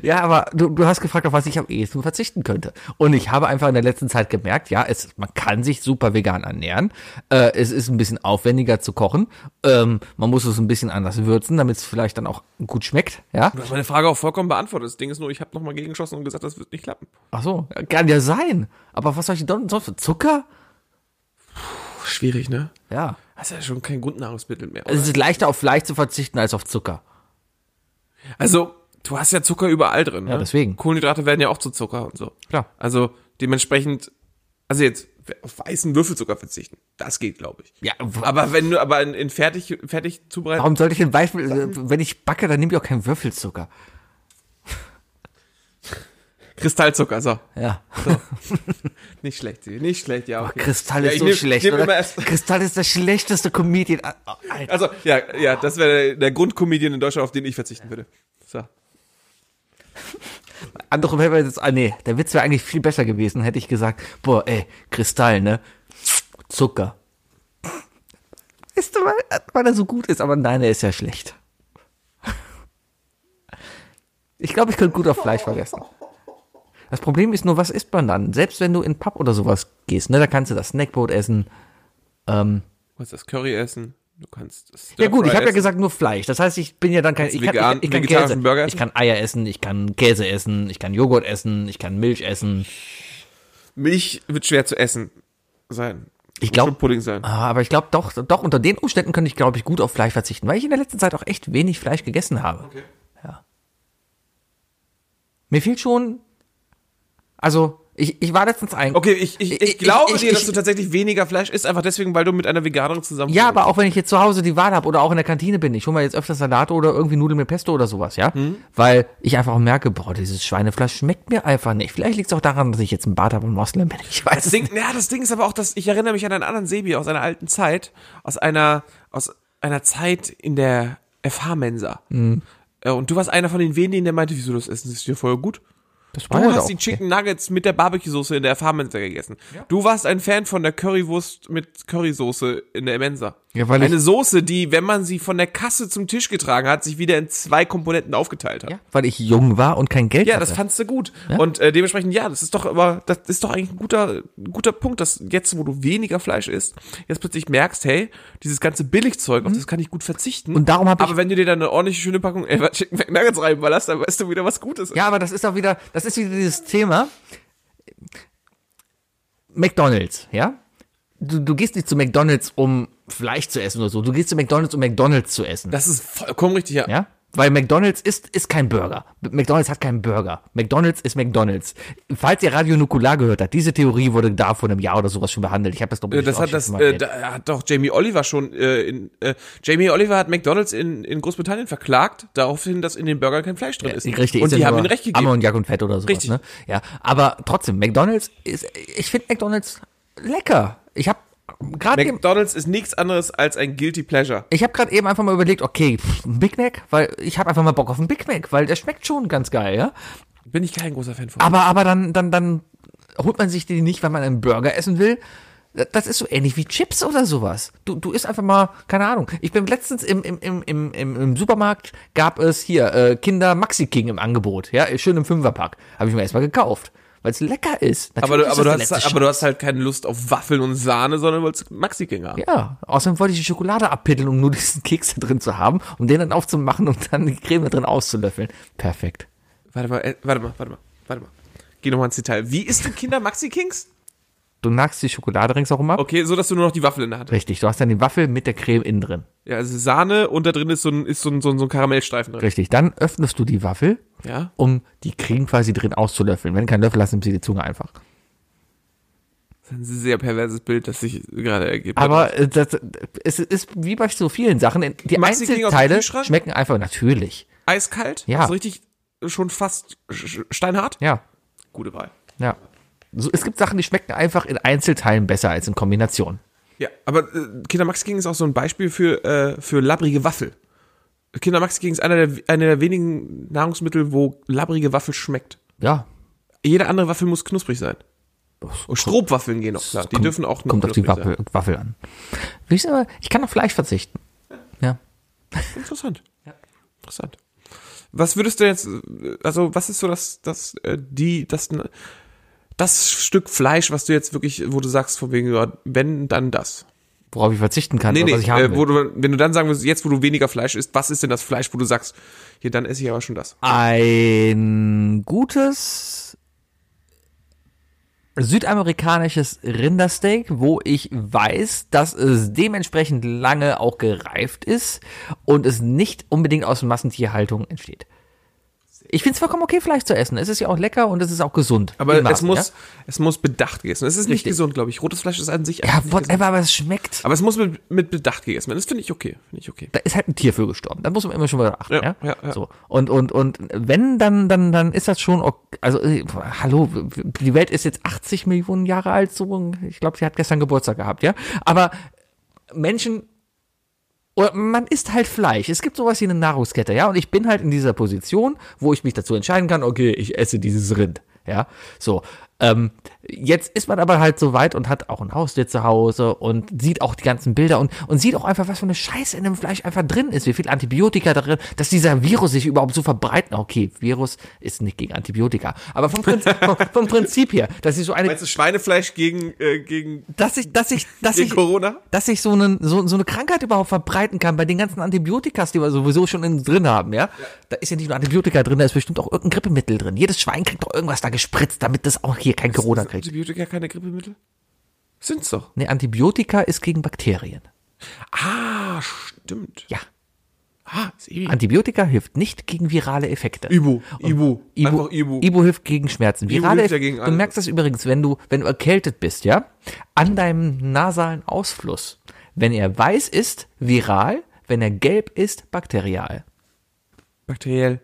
A: Ja, aber du, du hast gefragt, auf was ich am ehesten verzichten könnte. Und ich habe einfach in der letzten Zeit gemerkt, ja, es, man kann sich super vegan ernähren. Äh, es ist ein bisschen aufwendiger zu kochen. Ähm, man muss es ein bisschen anders würzen, damit es vielleicht dann auch gut schmeckt. Ja.
B: Du hast meine Frage auch vollkommen beantwortet. Das Ding ist nur, ich habe nochmal gegengeschossen und gesagt, das wird nicht klappen.
A: Ach so, ja, kann ja sein. Aber was soll ich denn sonst für Zucker?
B: schwierig, ne? Also
A: Ja.
B: Das ist ja schon kein Grundnahrungsmittel mehr.
A: Es ist leichter auf Fleisch zu verzichten als auf Zucker.
B: Also, du hast ja Zucker überall drin. Ne?
A: Ja, deswegen.
B: Kohlenhydrate werden ja auch zu Zucker und so.
A: Klar.
B: Also, dementsprechend, also jetzt auf weißen Würfelzucker verzichten. Das geht, glaube ich.
A: Ja, w-
B: Aber wenn du, aber in, in fertig, fertig zubereiten.
A: Warum sollte ich denn Beispiel, äh, wenn ich backe, dann nehme ich auch keinen Würfelzucker.
B: Kristallzucker, so.
A: Ja.
B: Nicht schlecht, Sie. Nicht schlecht, ja. Okay.
A: Kristall
B: ja,
A: ist
B: ich
A: so
B: nehm-
A: schlecht.
B: nehm immer
A: oder?
B: erst,
A: Kristall ist der schlechteste
B: <laughs>
A: Comedian. Ah, ah, Alter.
B: also, ja, ja, das wäre der Grundkomedian in Deutschland, auf den ich verzichten würde. So.
A: Andere wäre jetzt, ah nee, der Witz wäre eigentlich viel besser gewesen, hätte ich gesagt, boah, ey, Kristall, ne? Zucker. Weißt du, weil, weil er so gut ist, aber nein, er ist ja schlecht. Ich glaube, ich könnte gut auf Fleisch vergessen. Das Problem ist nur, was isst man dann? Selbst wenn du in Pub oder sowas gehst, ne, da kannst du das Snackbrot essen. Ähm,
B: Du kannst das Curry essen. Du kannst das
A: ja gut, ich
B: Stir-Fry
A: habe ja
B: essen.
A: gesagt nur Fleisch. Das heißt, ich bin ja dann kein ich kann,
B: vegan-
A: ich, ich kann
B: vegetarischen
A: Käse,
B: Burger
A: ich
B: essen?
A: kann Eier essen, ich kann Käse essen, ich kann Joghurt essen, ich kann Milch essen.
B: Milch wird schwer zu essen sein.
A: Ich
B: Muss
A: glaub-
B: schon Pudding sein.
A: Ah, aber ich glaube doch, doch unter den Umständen könnte ich glaube ich gut auf Fleisch verzichten, weil ich in der letzten Zeit auch echt wenig Fleisch gegessen habe. Ja. Mir fehlt schon, also ich, ich war letztens ein.
B: Okay, ich, ich, ich glaube
A: ich-
B: dir, dass
A: ich-
B: du tatsächlich weniger Fleisch isst, einfach deswegen, weil du mit einer Veganerin zusammen
A: Ja, aber auch wenn ich jetzt zu Hause die Wahl habe oder auch in der Kantine bin, ich hole mir jetzt öfters Salate oder irgendwie Nudeln mit Pesto oder sowas, ja?
B: Mhm.
A: Weil ich einfach auch merke, boah, dieses Schweinefleisch schmeckt mir einfach nicht. Vielleicht liegt es auch daran, dass ich jetzt einen Bart habe und Moslem bin. Ich weiß
B: Das
A: es
B: Ding,
A: nicht.
B: ja, das Ding ist aber auch, dass ich erinnere mich an einen anderen Sebi aus einer alten Zeit, aus einer aus einer Zeit in der FH-Mensa.
A: Mhm.
B: Äh, Und du warst einer von den wenigen, der meinte, wieso das Essen ist dir voll gut.
A: Das
B: Du
A: war Ah ja
B: hast
A: auch
B: die
A: okay.
B: Chicken Nuggets mit der Barbecue-Soße in der FH-Mensa gegessen. Du warst ein Fan von der Currywurst mit Currysoße in der Mensa.
A: Ja, weil
B: Eine
A: ich-
B: Soße, die, wenn man sie von der Kasse zum Tisch getragen hat, sich wieder in zwei Komponenten aufgeteilt hat.
A: Ja, weil ich jung war und kein Geld
B: Ja,
A: hatte.
B: das fandst du gut. Und äh, dementsprechend, ja, das ist doch aber, das ist doch eigentlich ein guter, guter Punkt, dass jetzt, wo du weniger Fleisch isst, jetzt plötzlich merkst, hey, dieses ganze Billigzeug, auf das kann ich gut verzichten.
A: Mhm. Und darum hab ich-
B: Aber wenn du dir dann eine ordentliche, schöne Packung Elfer Chicken McNuggets reinballerst, dann weißt du wieder, was Gutes ist.
A: Ja, aber das ist auch wieder, das ist wieder dieses Thema. McDonalds, ja? Du, du gehst nicht zu McDonalds, um Fleisch zu essen oder so. Du gehst zu McDonalds, um McDonalds zu essen.
B: Das ist vollkommen richtig, ja.
A: ja? Weil McDonalds ist, ist kein Burger. McDonalds hat keinen Burger. McDonalds ist McDonalds. Falls ihr Radio Nukular gehört habt, diese Theorie wurde da vor einem Jahr oder sowas schon behandelt. Ich habe das doch
B: Äh, Das hat das, äh, da hat doch Jamie Oliver schon äh, in äh, Jamie Oliver hat McDonalds in, in Großbritannien verklagt, daraufhin, dass in den Burgern kein Fleisch drin ist.
A: Richtig,
B: und
A: ist
B: die
A: ja
B: haben
A: nur
B: ihm recht gegeben.
A: Ammoniak und Fett oder sowas.
B: Richtig.
A: Ne? Ja, aber trotzdem, McDonalds ist, ich finde McDonalds lecker. Ich habe gerade eben-
B: McDonalds ist nichts anderes als ein Guilty Pleasure.
A: Ich habe gerade eben einfach mal überlegt, okay, pff, ein Big Mac, weil ich habe einfach mal Bock auf einen Big Mac, weil der schmeckt schon ganz geil, ja.
B: Bin ich kein großer Fan von.
A: Aber, aber dann, dann, dann holt man sich den nicht, weil man einen Burger essen will. Das ist so ähnlich wie Chips oder sowas. Du, du isst einfach mal, keine Ahnung. Ich bin letztens im, im, im, im, im im Supermarkt, gab es hier äh, Kinder Maxi King im Angebot. Ja, schön im Fünferpack. Habe ich mir erstmal gekauft, weil es lecker ist.
B: aber,
A: Natürlich ist
B: du, aber,
A: das
B: du
A: der
B: hast,
A: letzte
B: aber du hast halt keine Lust auf Waffeln und Sahne, sondern wolltest maxi haben.
A: Ja, außerdem wollte ich die Schokolade abpitteln, um nur <laughs> diesen Keks da drin zu haben, um den dann aufzumachen und dann die Creme da drin auszulöffeln. Perfekt.
B: Warte mal, äh, warte mal, warte mal, warte mal. Geh nochmal ins Detail. Wie isst du Kinder Maxi Kings?
A: Du nackst die Schokolade ringsherum ab.
B: Okay, so dass du nur noch die Waffel in der Hand hast.
A: Richtig, du hast dann die Waffel mit der Creme innen drin.
B: Ja, also Sahne und da drin ist so ein, ist so ein, so ein, so ein Karamellstreifen drin.
A: Richtig, dann öffnest du die Waffel,
B: Ja.
A: um die Creme quasi drin auszulöffeln. Wenn du keinen Löffel hast, nimmst du die Zunge einfach.
B: Das ist ein sehr perverses Bild, das sich gerade ergibt.
A: Aber äh, das, es ist wie bei so vielen Sachen, die
B: Maxi King aus dem
A: Einzelteile
B: Kühlschrank?
A: schmecken einfach natürlich.
B: eiskalt?
A: Ja.
B: So richtig äh, schon fast sch- sch- steinhart?
A: Ja,
B: Gute Wahl.
A: ja. So, es gibt Sachen, die schmecken einfach in Einzelteilen besser als in Kombination.
B: Ja, aber äh, Kinder Maxi King ist auch so ein Beispiel für, äh, für labbrige Waffel. Kinder Maxi King ist einer der, einer der wenigen Nahrungsmittel, wo labbrige Waffel schmeckt.
A: Ja,
B: Jede andere Waffel muss knusprig sein. Und Strohwaffeln gehen auch klar. Die
A: Kommt-
B: dürfen auch nur
A: Kommt auf die
B: knusprig
A: Waffel, Waffel an. Wie ist aber- Ich kann auf Fleisch verzichten. Ja.
B: sein. Interessant. Interessant. Was würdest du jetzt, äh, also was ist so das, das, äh, die, das, das Stück Fleisch, was du jetzt wirklich, wo du sagst, von wegen, ja, wenn, dann das.
A: Worauf ich verzichten kann,
B: Nee,
A: oder
B: nee,
A: was ich haben
B: äh, wo
A: will.
B: du, wenn du dann sagen würdest, jetzt wo du weniger Fleisch isst, was ist denn das Fleisch, wo du sagst, hier, dann esse ich aber schon das.
A: Ein gutes südamerikanisches Rindersteak, wo ich weiß, dass es dementsprechend lange auch gereift ist und es nicht unbedingt aus Massentierhaltung entsteht. Ich finde es vollkommen okay, Fleisch zu essen. Es ist ja auch lecker und es ist auch gesund.
B: Aber
A: In
B: es
A: Maßen,
B: muss, es muss bedacht gegessen. werden. Es ist nicht
A: Richtig.
B: gesund, glaube ich. Rotes Fleisch ist an sich
A: Ja,
B: einfach
A: ja
B: nicht gesund.
A: whatever, aber es schmeckt.
B: Aber es muss mit, mit Bedacht gegessen werden. Das finde ich okay. Finde ich okay.
A: da ist halt ein Tier für gestorben. Da muss man immer schon mal achten.
B: Ja,
A: Ja,
B: ja, ja.
A: So. Und, und, und wenn, dann, dann, dann ist das schon, ok- also, äh, hallo, die Welt ist jetzt 80 Millionen Jahre alt, so, ich glaube, sie hat gestern Geburtstag gehabt, ja. Aber Menschen, oder man isst halt Fleisch. Es gibt sowas wie eine Nahrungskette, ja. Und ich bin halt in dieser Position, wo ich mich dazu entscheiden kann, okay, ich esse dieses Rind, ja. So. Ähm, jetzt ist man aber halt so weit und hat auch ein Haustier zu Hause und sieht auch die ganzen Bilder und, und sieht auch einfach, was für eine Scheiße in dem Fleisch einfach drin ist, wie viel Antibiotika darin, dass dieser Virus sich überhaupt so verbreiten. Okay, Virus ist nicht gegen Antibiotika, aber vom, Prinz, vom, vom Prinzip her, dass sie so eine
B: du Schweinefleisch gegen, äh, gegen
A: dass ich, dass ich, dass
B: Wegen
A: ich,
B: Corona?
A: dass ich so, einen, so, so eine Krankheit überhaupt verbreiten kann bei den ganzen Antibiotikas, die wir sowieso schon in, drin haben, ja? Da ist ja nicht nur Antibiotika drin, da ist bestimmt auch irgendein Grippemittel drin. Jedes Schwein kriegt doch irgendwas da gespritzt, damit das auch hier kein Corona kriegt.
B: Antibiotika keine Grippemittel? Sind's doch.
A: Ne, Antibiotika ist gegen Bakterien.
B: Ah, stimmt.
A: Ja.
B: Ah, ist Ibi.
A: Antibiotika hilft nicht gegen virale Effekte.
B: Ibu, Ibu,
A: Ibu,
B: einfach Ibu.
A: Ibu hilft gegen Schmerzen. Virale
B: hilft ja gegen
A: du
B: alles.
A: merkst das übrigens, wenn du, wenn du erkältet bist, ja, an deinem nasalen Ausfluss. Wenn er weiß ist, viral, wenn er gelb ist, bakterial.
B: Bakteriell.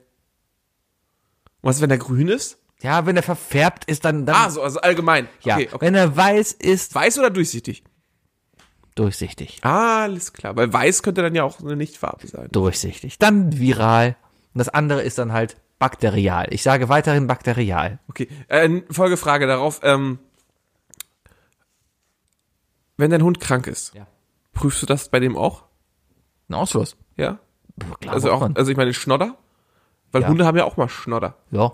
B: Was, wenn er grün ist?
A: Ja, wenn er verfärbt ist, dann, dann
B: Ah, so, also allgemein.
A: ja.
B: Okay, okay.
A: Wenn er weiß ist,
B: Weiß oder durchsichtig?
A: durchsichtig.
B: Ah, alles klar. Weil weiß könnte dann ja auch eine Nichtfarbe sein.
A: Durchsichtig. Dann viral. Und das andere ist dann halt bakterial. Ich sage weiterhin bakterial.
B: Okay, äh, Folgefrage darauf. Ähm, wenn dein Hund krank ist,
A: Ja.
B: prüfst du das bei dem auch?
A: Ein Ausschluss.
B: Ja?
A: Puh, Klar,
B: Also,
A: muss
B: auch,
A: man.
B: also ich meine Schnodder? Weil
A: Ja.
B: Hunde haben ja auch mal Schnodder.
A: ja.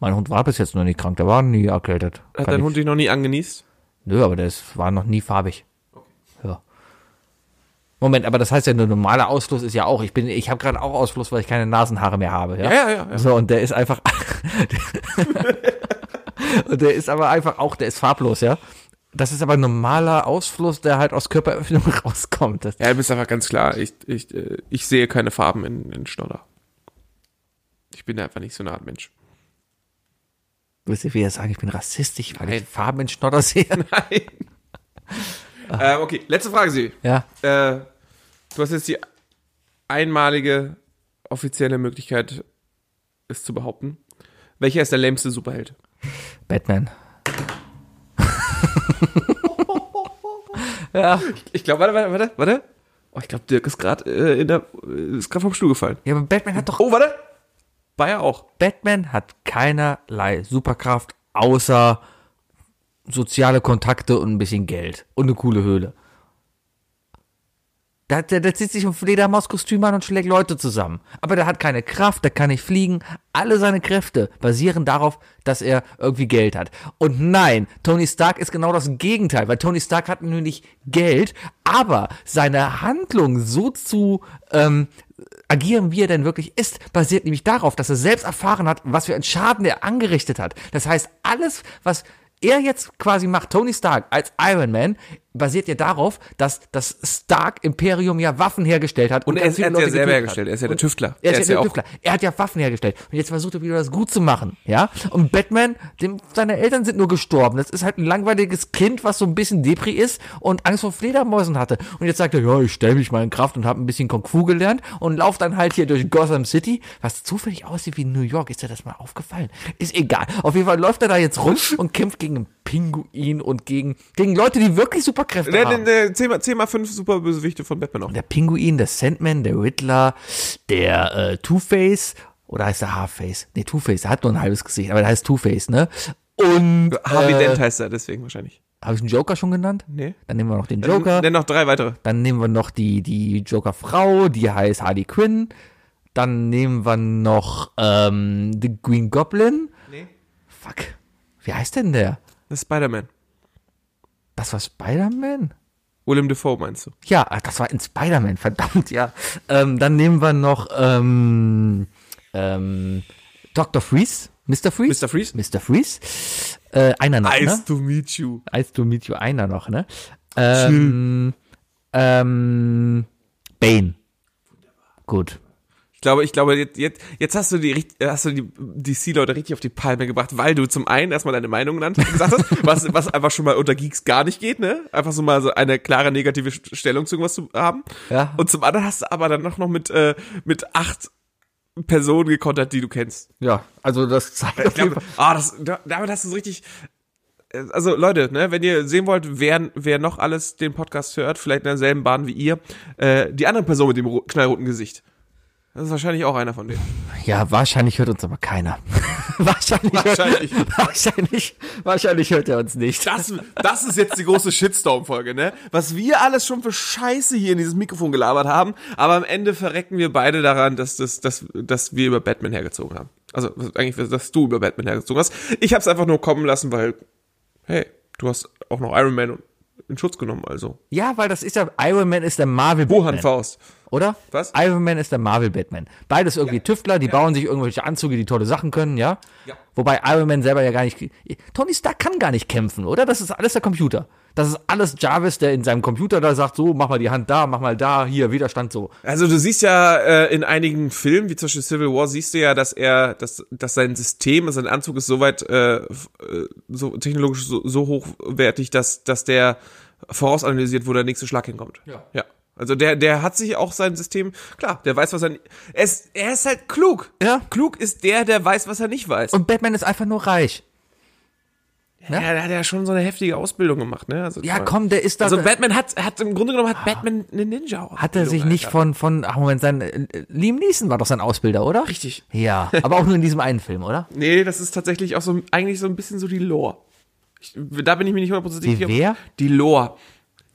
A: Mein Hund war bis jetzt noch nie krank, der war nie erkältet.
B: Hat
A: Kann
B: dein
A: ich-
B: Hund dich noch nie angenießt?
A: Nö, aber der ist, war noch nie farbig. Ja. Moment, aber das heißt ja, der normale Ausfluss ist ja auch. Ich bin, ich habe gerade auch Ausfluss, weil ich keine Nasenhaare mehr habe. Ja,
B: Ja, ja, ja, ja.
A: So und der ist einfach. <laughs> und der ist aber einfach auch, der ist farblos, ja. Das ist aber ein normaler Ausfluss, der halt aus Körperöffnung <laughs> rauskommt. Das,
B: Ja, du bist einfach ganz klar. Ich, ich, äh, ich sehe keine Farben in, in Schnodder. Ich bin einfach nicht so eine Art Mensch.
A: Wisst ihr, wie ihr sagen, ich bin rassistisch, weil
B: Nein.
A: ich Farben in Schnodder sehe. <laughs>
B: Nein. äh, okay, letzte Frage, Sie.
A: Ja.
B: Äh, du hast jetzt die einmalige offizielle Möglichkeit, es zu behaupten. Welcher ist der lämste Superheld?
A: Batman.
B: Ich glaube, warte, warte, warte, warte. Oh, ich glaube, Dirk ist gerade äh, in der äh, ist gerade vom Stuhl gefallen.
A: Ja, aber Batman hat doch.
B: Oh, warte. Bayer auch.
A: Batman hat keinerlei Superkraft außer soziale Kontakte und ein bisschen Geld und eine coole Höhle. Da, der, der zieht sich ein Fledermauskostüm an und schlägt Leute zusammen. Aber der hat keine Kraft, der kann nicht fliegen. Alle seine Kräfte basieren darauf, dass er irgendwie Geld hat. Und nein, Tony Stark ist genau das Gegenteil, weil Tony Stark hat nur nicht Geld, aber seine Handlung so zu ähm, agieren, wie er denn wirklich ist, basiert nämlich darauf, dass er selbst erfahren hat, was für einen Schaden er angerichtet hat. Das heißt, alles, was er jetzt quasi macht, Tony Stark als Iron Man, basiert ja darauf, dass das Stark-Imperium ja Waffen hergestellt hat.
B: Und er
A: ganz
B: ist-
A: viele
B: er hat ja
A: Leute
B: selber
A: getötet
B: hergestellt. Er ist ja der
A: Und
B: Tüftler.
A: Er ist,
B: Er ist
A: ja
B: ja
A: der
B: auch-
A: Tüftler. Er hat ja Waffen hergestellt. Und jetzt versucht er wieder das gut zu machen. Ja? Und Batman, dem, seine Eltern sind nur gestorben. Das ist halt ein langweiliges Kind, was so ein bisschen Depri ist und Angst vor Fledermäusen hatte. Und jetzt sagt er, ja, ich stelle mich mal in Kraft und habe ein bisschen Kung Fu gelernt und laufe dann halt hier durch Gotham City, was zufällig aussieht wie New York. Ist dir das mal aufgefallen? Ist egal. Auf jeden Fall läuft er da jetzt rum und kämpft gegen einen Pinguin und gegen, gegen Leute, die wirklich Superkräfte
B: Der, der,
A: haben.
B: der 10 mal- 10 mal 5 Superbösewichte von Batman auch.
A: Der Pinguin, der Sandman, der Riddler, der äh, Two-Face, oder heißt er Half-Face? Nee, Two-Face, er hat nur ein halbes Gesicht, aber der heißt Two-Face, ne? Und
B: Harvey
A: äh,
B: Dent heißt er deswegen wahrscheinlich.
A: habe ich einen Joker schon genannt?
B: Nee.
A: Dann nehmen wir noch den Joker.
B: Dann noch drei weitere.
A: Dann nehmen wir noch die, die Joker-Frau, die heißt Harley Quinn. Dann nehmen wir noch ähm, The Green Goblin. Nee. Fuck. Wie heißt denn der?
B: Das ist Spider-Man.
A: Das war Spider-Man?
B: Willem Dafoe meinst du?
A: Ja, ah, das war in Spider-Man, verdammt, ja. Ähm, dann nehmen wir noch ähm, ähm, Dr. Freeze, Mr. Freeze.
B: Mr. Freeze?
A: Mr. Freeze. Äh, einer noch, ne?
B: to meet you.
A: Ice to meet you, einer noch, ne?
B: Äh.
A: Ähm, ähm, Bane. Gut.
B: Ich glaube, ich glaube, jetzt, jetzt, jetzt hast du die, richt- hast du die DC-Leute richtig auf die Palme gebracht, weil du zum einen erstmal deine Meinung genannt gesagt hast, was, was einfach schon mal unter Geeks gar nicht geht, ne? Einfach so mal so eine klare negative St- Stellung zu irgendwas zu haben.
A: Ja.
B: Und zum anderen hast du aber dann noch noch mit, äh, mit acht Personen gekontert, die du kennst.
A: Ja, also das zeigt
B: Ich glaube, ah, das, da- damit hast du so richtig. äh, Also Leute, ne, wenn ihr sehen wollt, wer, wer noch alles den Podcast hört, vielleicht in derselben Bahn wie ihr, äh, die andere Person mit dem ro- knallroten Gesicht. Das ist wahrscheinlich auch einer von denen.
A: Ja, wahrscheinlich hört uns aber keiner. <laughs> wahrscheinlich,
B: Wahrscheinlich.
A: Hört, <laughs> wahrscheinlich. Wahrscheinlich hört er uns nicht.
B: Das, das ist jetzt die große Shitstorm-Folge, ne? Was wir alles schon für Scheiße hier in dieses Mikrofon gelabert haben, aber am Ende verrecken wir beide daran, dass, dass, dass, dass wir über Batman hergezogen haben. Also was- eigentlich, dass du über Batman hergezogen hast. Ich hab's einfach nur kommen lassen, weil, hey, du hast auch noch Iron Man in Schutz genommen, also.
A: Ja, weil das ist ja, Iron Man ist der Marvel
B: Wuhan Faust.
A: oder?
B: Was?
A: Iron Man ist der Marvel Batman. Beides irgendwie Tüftler, die bauen sich irgendwelche Anzüge, die tolle Sachen können, ja?
B: Ja.
A: Wobei Iron Man selber ja gar nicht. Tony Stark kann gar nicht kämpfen, oder? Das ist alles der Computer. Das ist alles Jarvis, der in seinem Computer da sagt, so, mach mal die Hand da, mach mal da, hier, Widerstand so.
B: Also du siehst ja äh, in einigen Filmen, wie zum Beispiel Civil War, siehst du ja, dass er, dass, dass sein System, sein Anzug ist soweit äh, f- äh, so technologisch so, so hochwertig, dass, dass der vorausanalysiert, wo der nächste Schlag hinkommt. Ja. ja. Also der, der hat sich auch sein System, klar, der weiß, was er, er ist, er ist halt klug.
A: Ja.
B: Klug ist der, der weiß, was er nicht weiß.
A: Und Batman ist einfach nur reich.
B: ja, der hat ja schon so eine heftige Ausbildung gemacht, ne? Also,
A: Ja, komm, der ist da.
B: Also Batman hat, hat im Grunde genommen hat Batman eine Ninja.
A: hat er sich nicht von, von, ach Moment, sein, äh, Liam Neeson war doch sein Ausbilder, oder?
B: Richtig.
A: Ja, aber auch nur in diesem einen Film,
B: <laughs>
A: oder?
B: Nee, das ist tatsächlich auch so eigentlich so ein bisschen so die Lore. Ich, da bin ich mir nicht hundertprozentig
A: Die
B: sicher. ob-
A: wer?
B: Die Lore.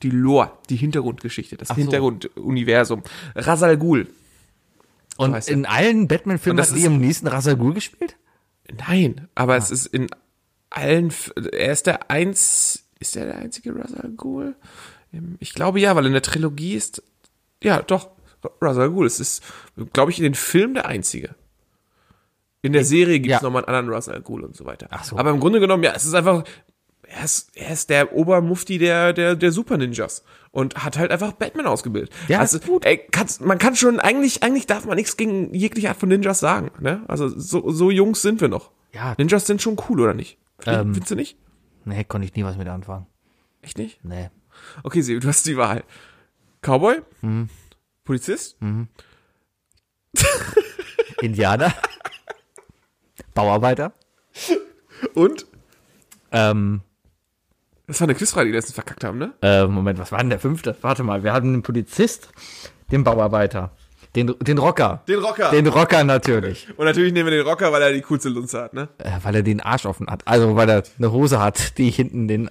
B: Die Lore, die Hintergrundgeschichte, das Hintergrunduniversum. Rasal Ghul.
A: Und
B: Weiß ja.
A: in allen Batman-Filmen
B: Und das
A: hat
B: ist-
A: Liam Neeson Ra's al Ghul gespielt?
B: Nein, aber
A: Ah.
B: es ist in allen F er ist der eins ist er der einzige Rasal Ghul? Ähm, Ich glaube ja, weil in der Trilogie ist ja, doch Rasal Ghul, es ist glaube ich in den Filmen der einzige. In der Serie gibt es
A: Ja.
B: nochmal einen anderen Rasal Ghul und so weiter. Ach
A: so.
B: Aber im Grunde genommen, ja, es ist einfach er ist, er ist der Obermufti der, der, der Super Ninjas und hat halt einfach Batman ausgebildet.
A: Ja,
B: also,
A: ist gut.
B: Ey, kannst, man kann schon, eigentlich, eigentlich darf man nichts gegen jegliche Art von Ninjas sagen. Ne? Also so, so Jungs sind wir noch.
A: Ja. Ähm.
B: Ninjas sind schon cool, oder nicht? Findest du nicht?
A: Nee, konnte ich nie was mit anfangen.
B: Echt nicht?
A: Nee.
B: Okay, Sebi, du hast die Wahl. Cowboy?
A: Mhm.
B: Polizist?
A: Indianer. Bauarbeiter.
B: Und?
A: Ähm,
B: Das war eine Quizfrage, die wir letztens verkackt haben, ne?
A: äh, Moment, was war denn der fünfte? Warte mal, wir hatten den Polizist, den Bauarbeiter, Den, den Rocker.
B: Den Rocker.
A: Den Rocker natürlich.
B: Und natürlich nehmen wir den Rocker, weil er die coolste Lunze hat, ne?
A: Äh, weil er den Arsch offen hat. Also, weil er eine Hose hat, die hinten den.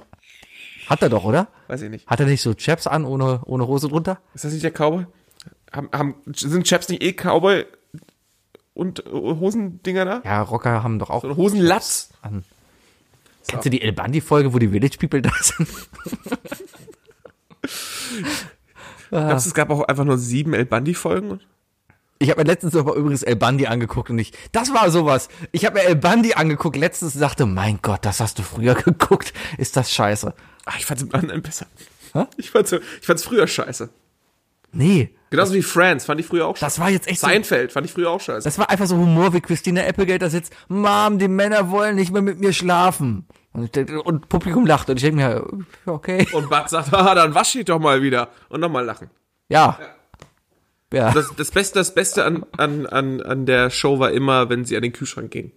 A: Hat er doch, oder?
B: Weiß ich nicht.
A: Hat er nicht so Chaps an, ohne, ohne Hose drunter?
B: Ist das nicht der Cowboy? Haben, haben, sind Chaps nicht eh Cowboy und äh, Hosendinger da?
A: Ja, Ah. Rocker haben doch auch.
B: Oder Hosenlatz?
A: Kennst du die El Bandi-Folge, wo die Village People da sind?
B: Glaubst du, es gab auch einfach nur sieben El Bandi-Folgen?
A: Ich habe mir letztens aber übrigens El Bandi angeguckt und ich, das war sowas. Ich habe mir El Bandi angeguckt letztens und dachte, mein Gott, das hast du früher <laughs> geguckt. Ist das scheiße?
B: Ah, ich fand's im anderen besser.
A: Hä?
B: Ich fand's, ich fand's früher scheiße.
A: Nee.
B: Genauso wie Friends, fand ich früher auch scheiße.
A: Das war jetzt echt so,
B: Seinfeld, fand ich früher auch scheiße.
A: das war einfach so Humor, wie Christina Applegate da sitzt. Mom, die Männer wollen nicht mehr mit mir schlafen. Und, ich denk, und Publikum lacht und ich denke mir, okay.
B: und Bart sagt, <laughs> ah, dann wasch dich doch mal wieder. Und nochmal lachen.
A: Ja. Ja.
B: Das, das Beste, das Beste an, an, an, an der Show war immer, wenn sie an den Kühlschrank ging.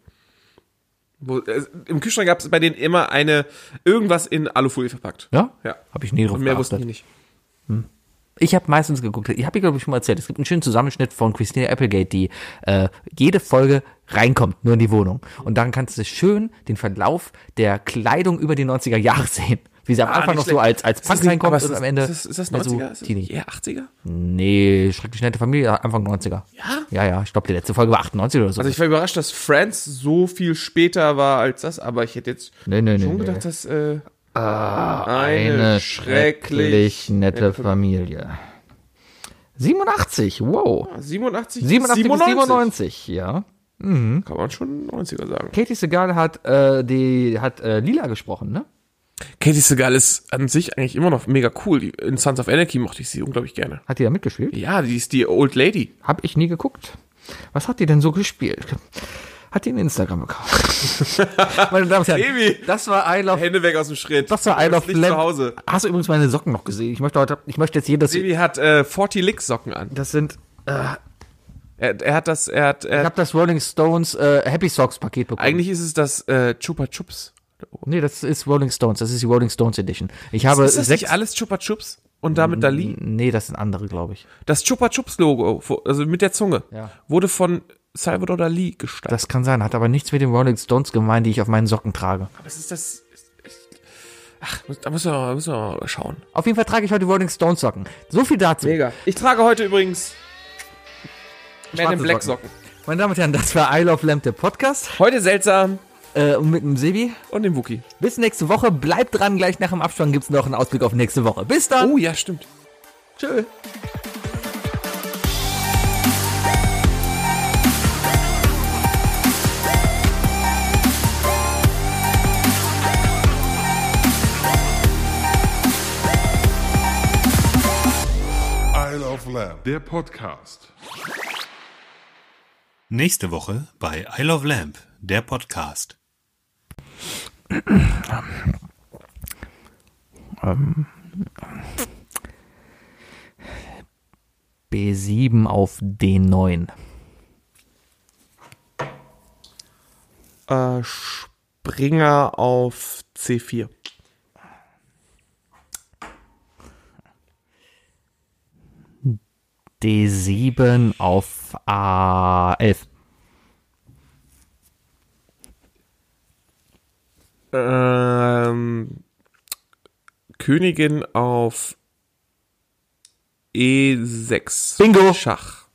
B: Wo, äh, Im Kühlschrank gab es bei denen immer eine irgendwas in Alufolie verpackt.
A: Ja?
B: Ja.
A: Hab ich nie drauf
B: Und mehr
A: geachtet.
B: wussten die nicht.
A: Ich habe meistens geguckt, ich habe, glaube ich, schon mal erzählt, es gibt einen schönen Zusammenschnitt von Christina Applegate, die äh, jede Folge reinkommt, nur in die Wohnung. Und dann kannst du schön den Verlauf der Kleidung über die 90er Jahre <laughs> sehen. Wie sie am Anfang
B: Ah, nicht
A: noch so
B: schlecht.
A: als, als
B: Ist das
A: Punk
B: nicht-
A: reinkommt
B: aber ist
A: und
B: das-
A: am Ende
B: Ist das, ist das
A: mehr
B: 90er? Ist
A: so
B: das
A: Teenie.
B: eher 80er?
A: Nee, schrecklich nette Familie, Anfang 90er.
B: Ja?
A: Ja, ja, ich glaube, die letzte Folge war 98 oder so.
B: Also ich war überrascht, dass Friends so viel später war als das, aber ich hätte jetzt
A: Nee, nee,
B: schon
A: nee,
B: gedacht,
A: nee. Ah,
B: dass äh,
A: nette Familie. 87, wow.
B: 87,
A: 87 bis 97, ja.
B: Kann man schon 90er sagen.
A: Katie Segal hat, äh, die, hat äh, Lila gesprochen, ne?
B: Katie Segal ist an sich eigentlich immer noch mega cool. Die- In Sons of Anarchy mochte ich sie unglaublich gerne.
A: Hat die da mitgespielt?
B: Ja, die ist die Old Lady.
A: Hab ich nie geguckt. Was hat die denn so gespielt? Hat die einen Instagram-Account?
B: <laughs>
A: Meine Damen und Herren,
B: Baby!
A: das war I Love...
B: Hände weg aus dem Schritt.
A: Das war I
B: Du bist
A: Love
B: nicht zu Hause.
A: Hast du übrigens meine Socken noch gesehen? Ich möchte heute, ich möchte jetzt jedes...
B: Baby hat äh, 40 Licks Socken an.
A: Das sind... äh,
B: Er, er hat das, er hat,
A: Ich
B: er,
A: habe das Rolling Stones äh, Happy Socks Paket bekommen.
B: eigentlich ist es das äh, Chupa Chups.
A: Nee, das ist Rolling Stones. Das ist die Rolling Stones Edition. Ich habe
B: Ist das
A: sechs. Mhm.
B: nicht alles Chupa Chups? Und damit Dali?
A: nee, das sind andere, glaube ich.
B: Das Chupa Chups Logo, wo- also mit der Zunge,
A: Ja.
B: wurde von Salvador Dali gestaltet.
A: Das kann sein. Hat aber nichts mit den Rolling Stones gemeint, die ich auf meinen Socken trage.
B: Das ist das. Ach, muss- da müssen wir, mal- müssen wir mal schauen.
A: Auf jeden Fall trage ich heute Rolling Stones Socken. So viel dazu.
B: Mega. Ich trage heute übrigens Man in
A: Schwarze
B: Black
A: Socken.
B: Socken.
A: Meine Damen und Herren, das war I Love Lamp, der Podcast.
B: Heute seltsam
A: Äh, und mit dem Sebi.
B: und den Wookie.
A: Bis nächste Woche. Bleibt dran. Gleich nach dem Abspann gibt's noch einen Ausblick auf nächste Woche. Bis dann.
B: Oh ja, stimmt.
A: Tschö.
C: Isle of Lamb, der Podcast.
H: Nächste Woche bei I Love Lamp, der Podcast.
A: B7 auf D9.
B: Äh, Springer auf C4.
A: D7 auf A11.
B: Ähm, Königin auf E E6.
A: Bingo.
B: Schach.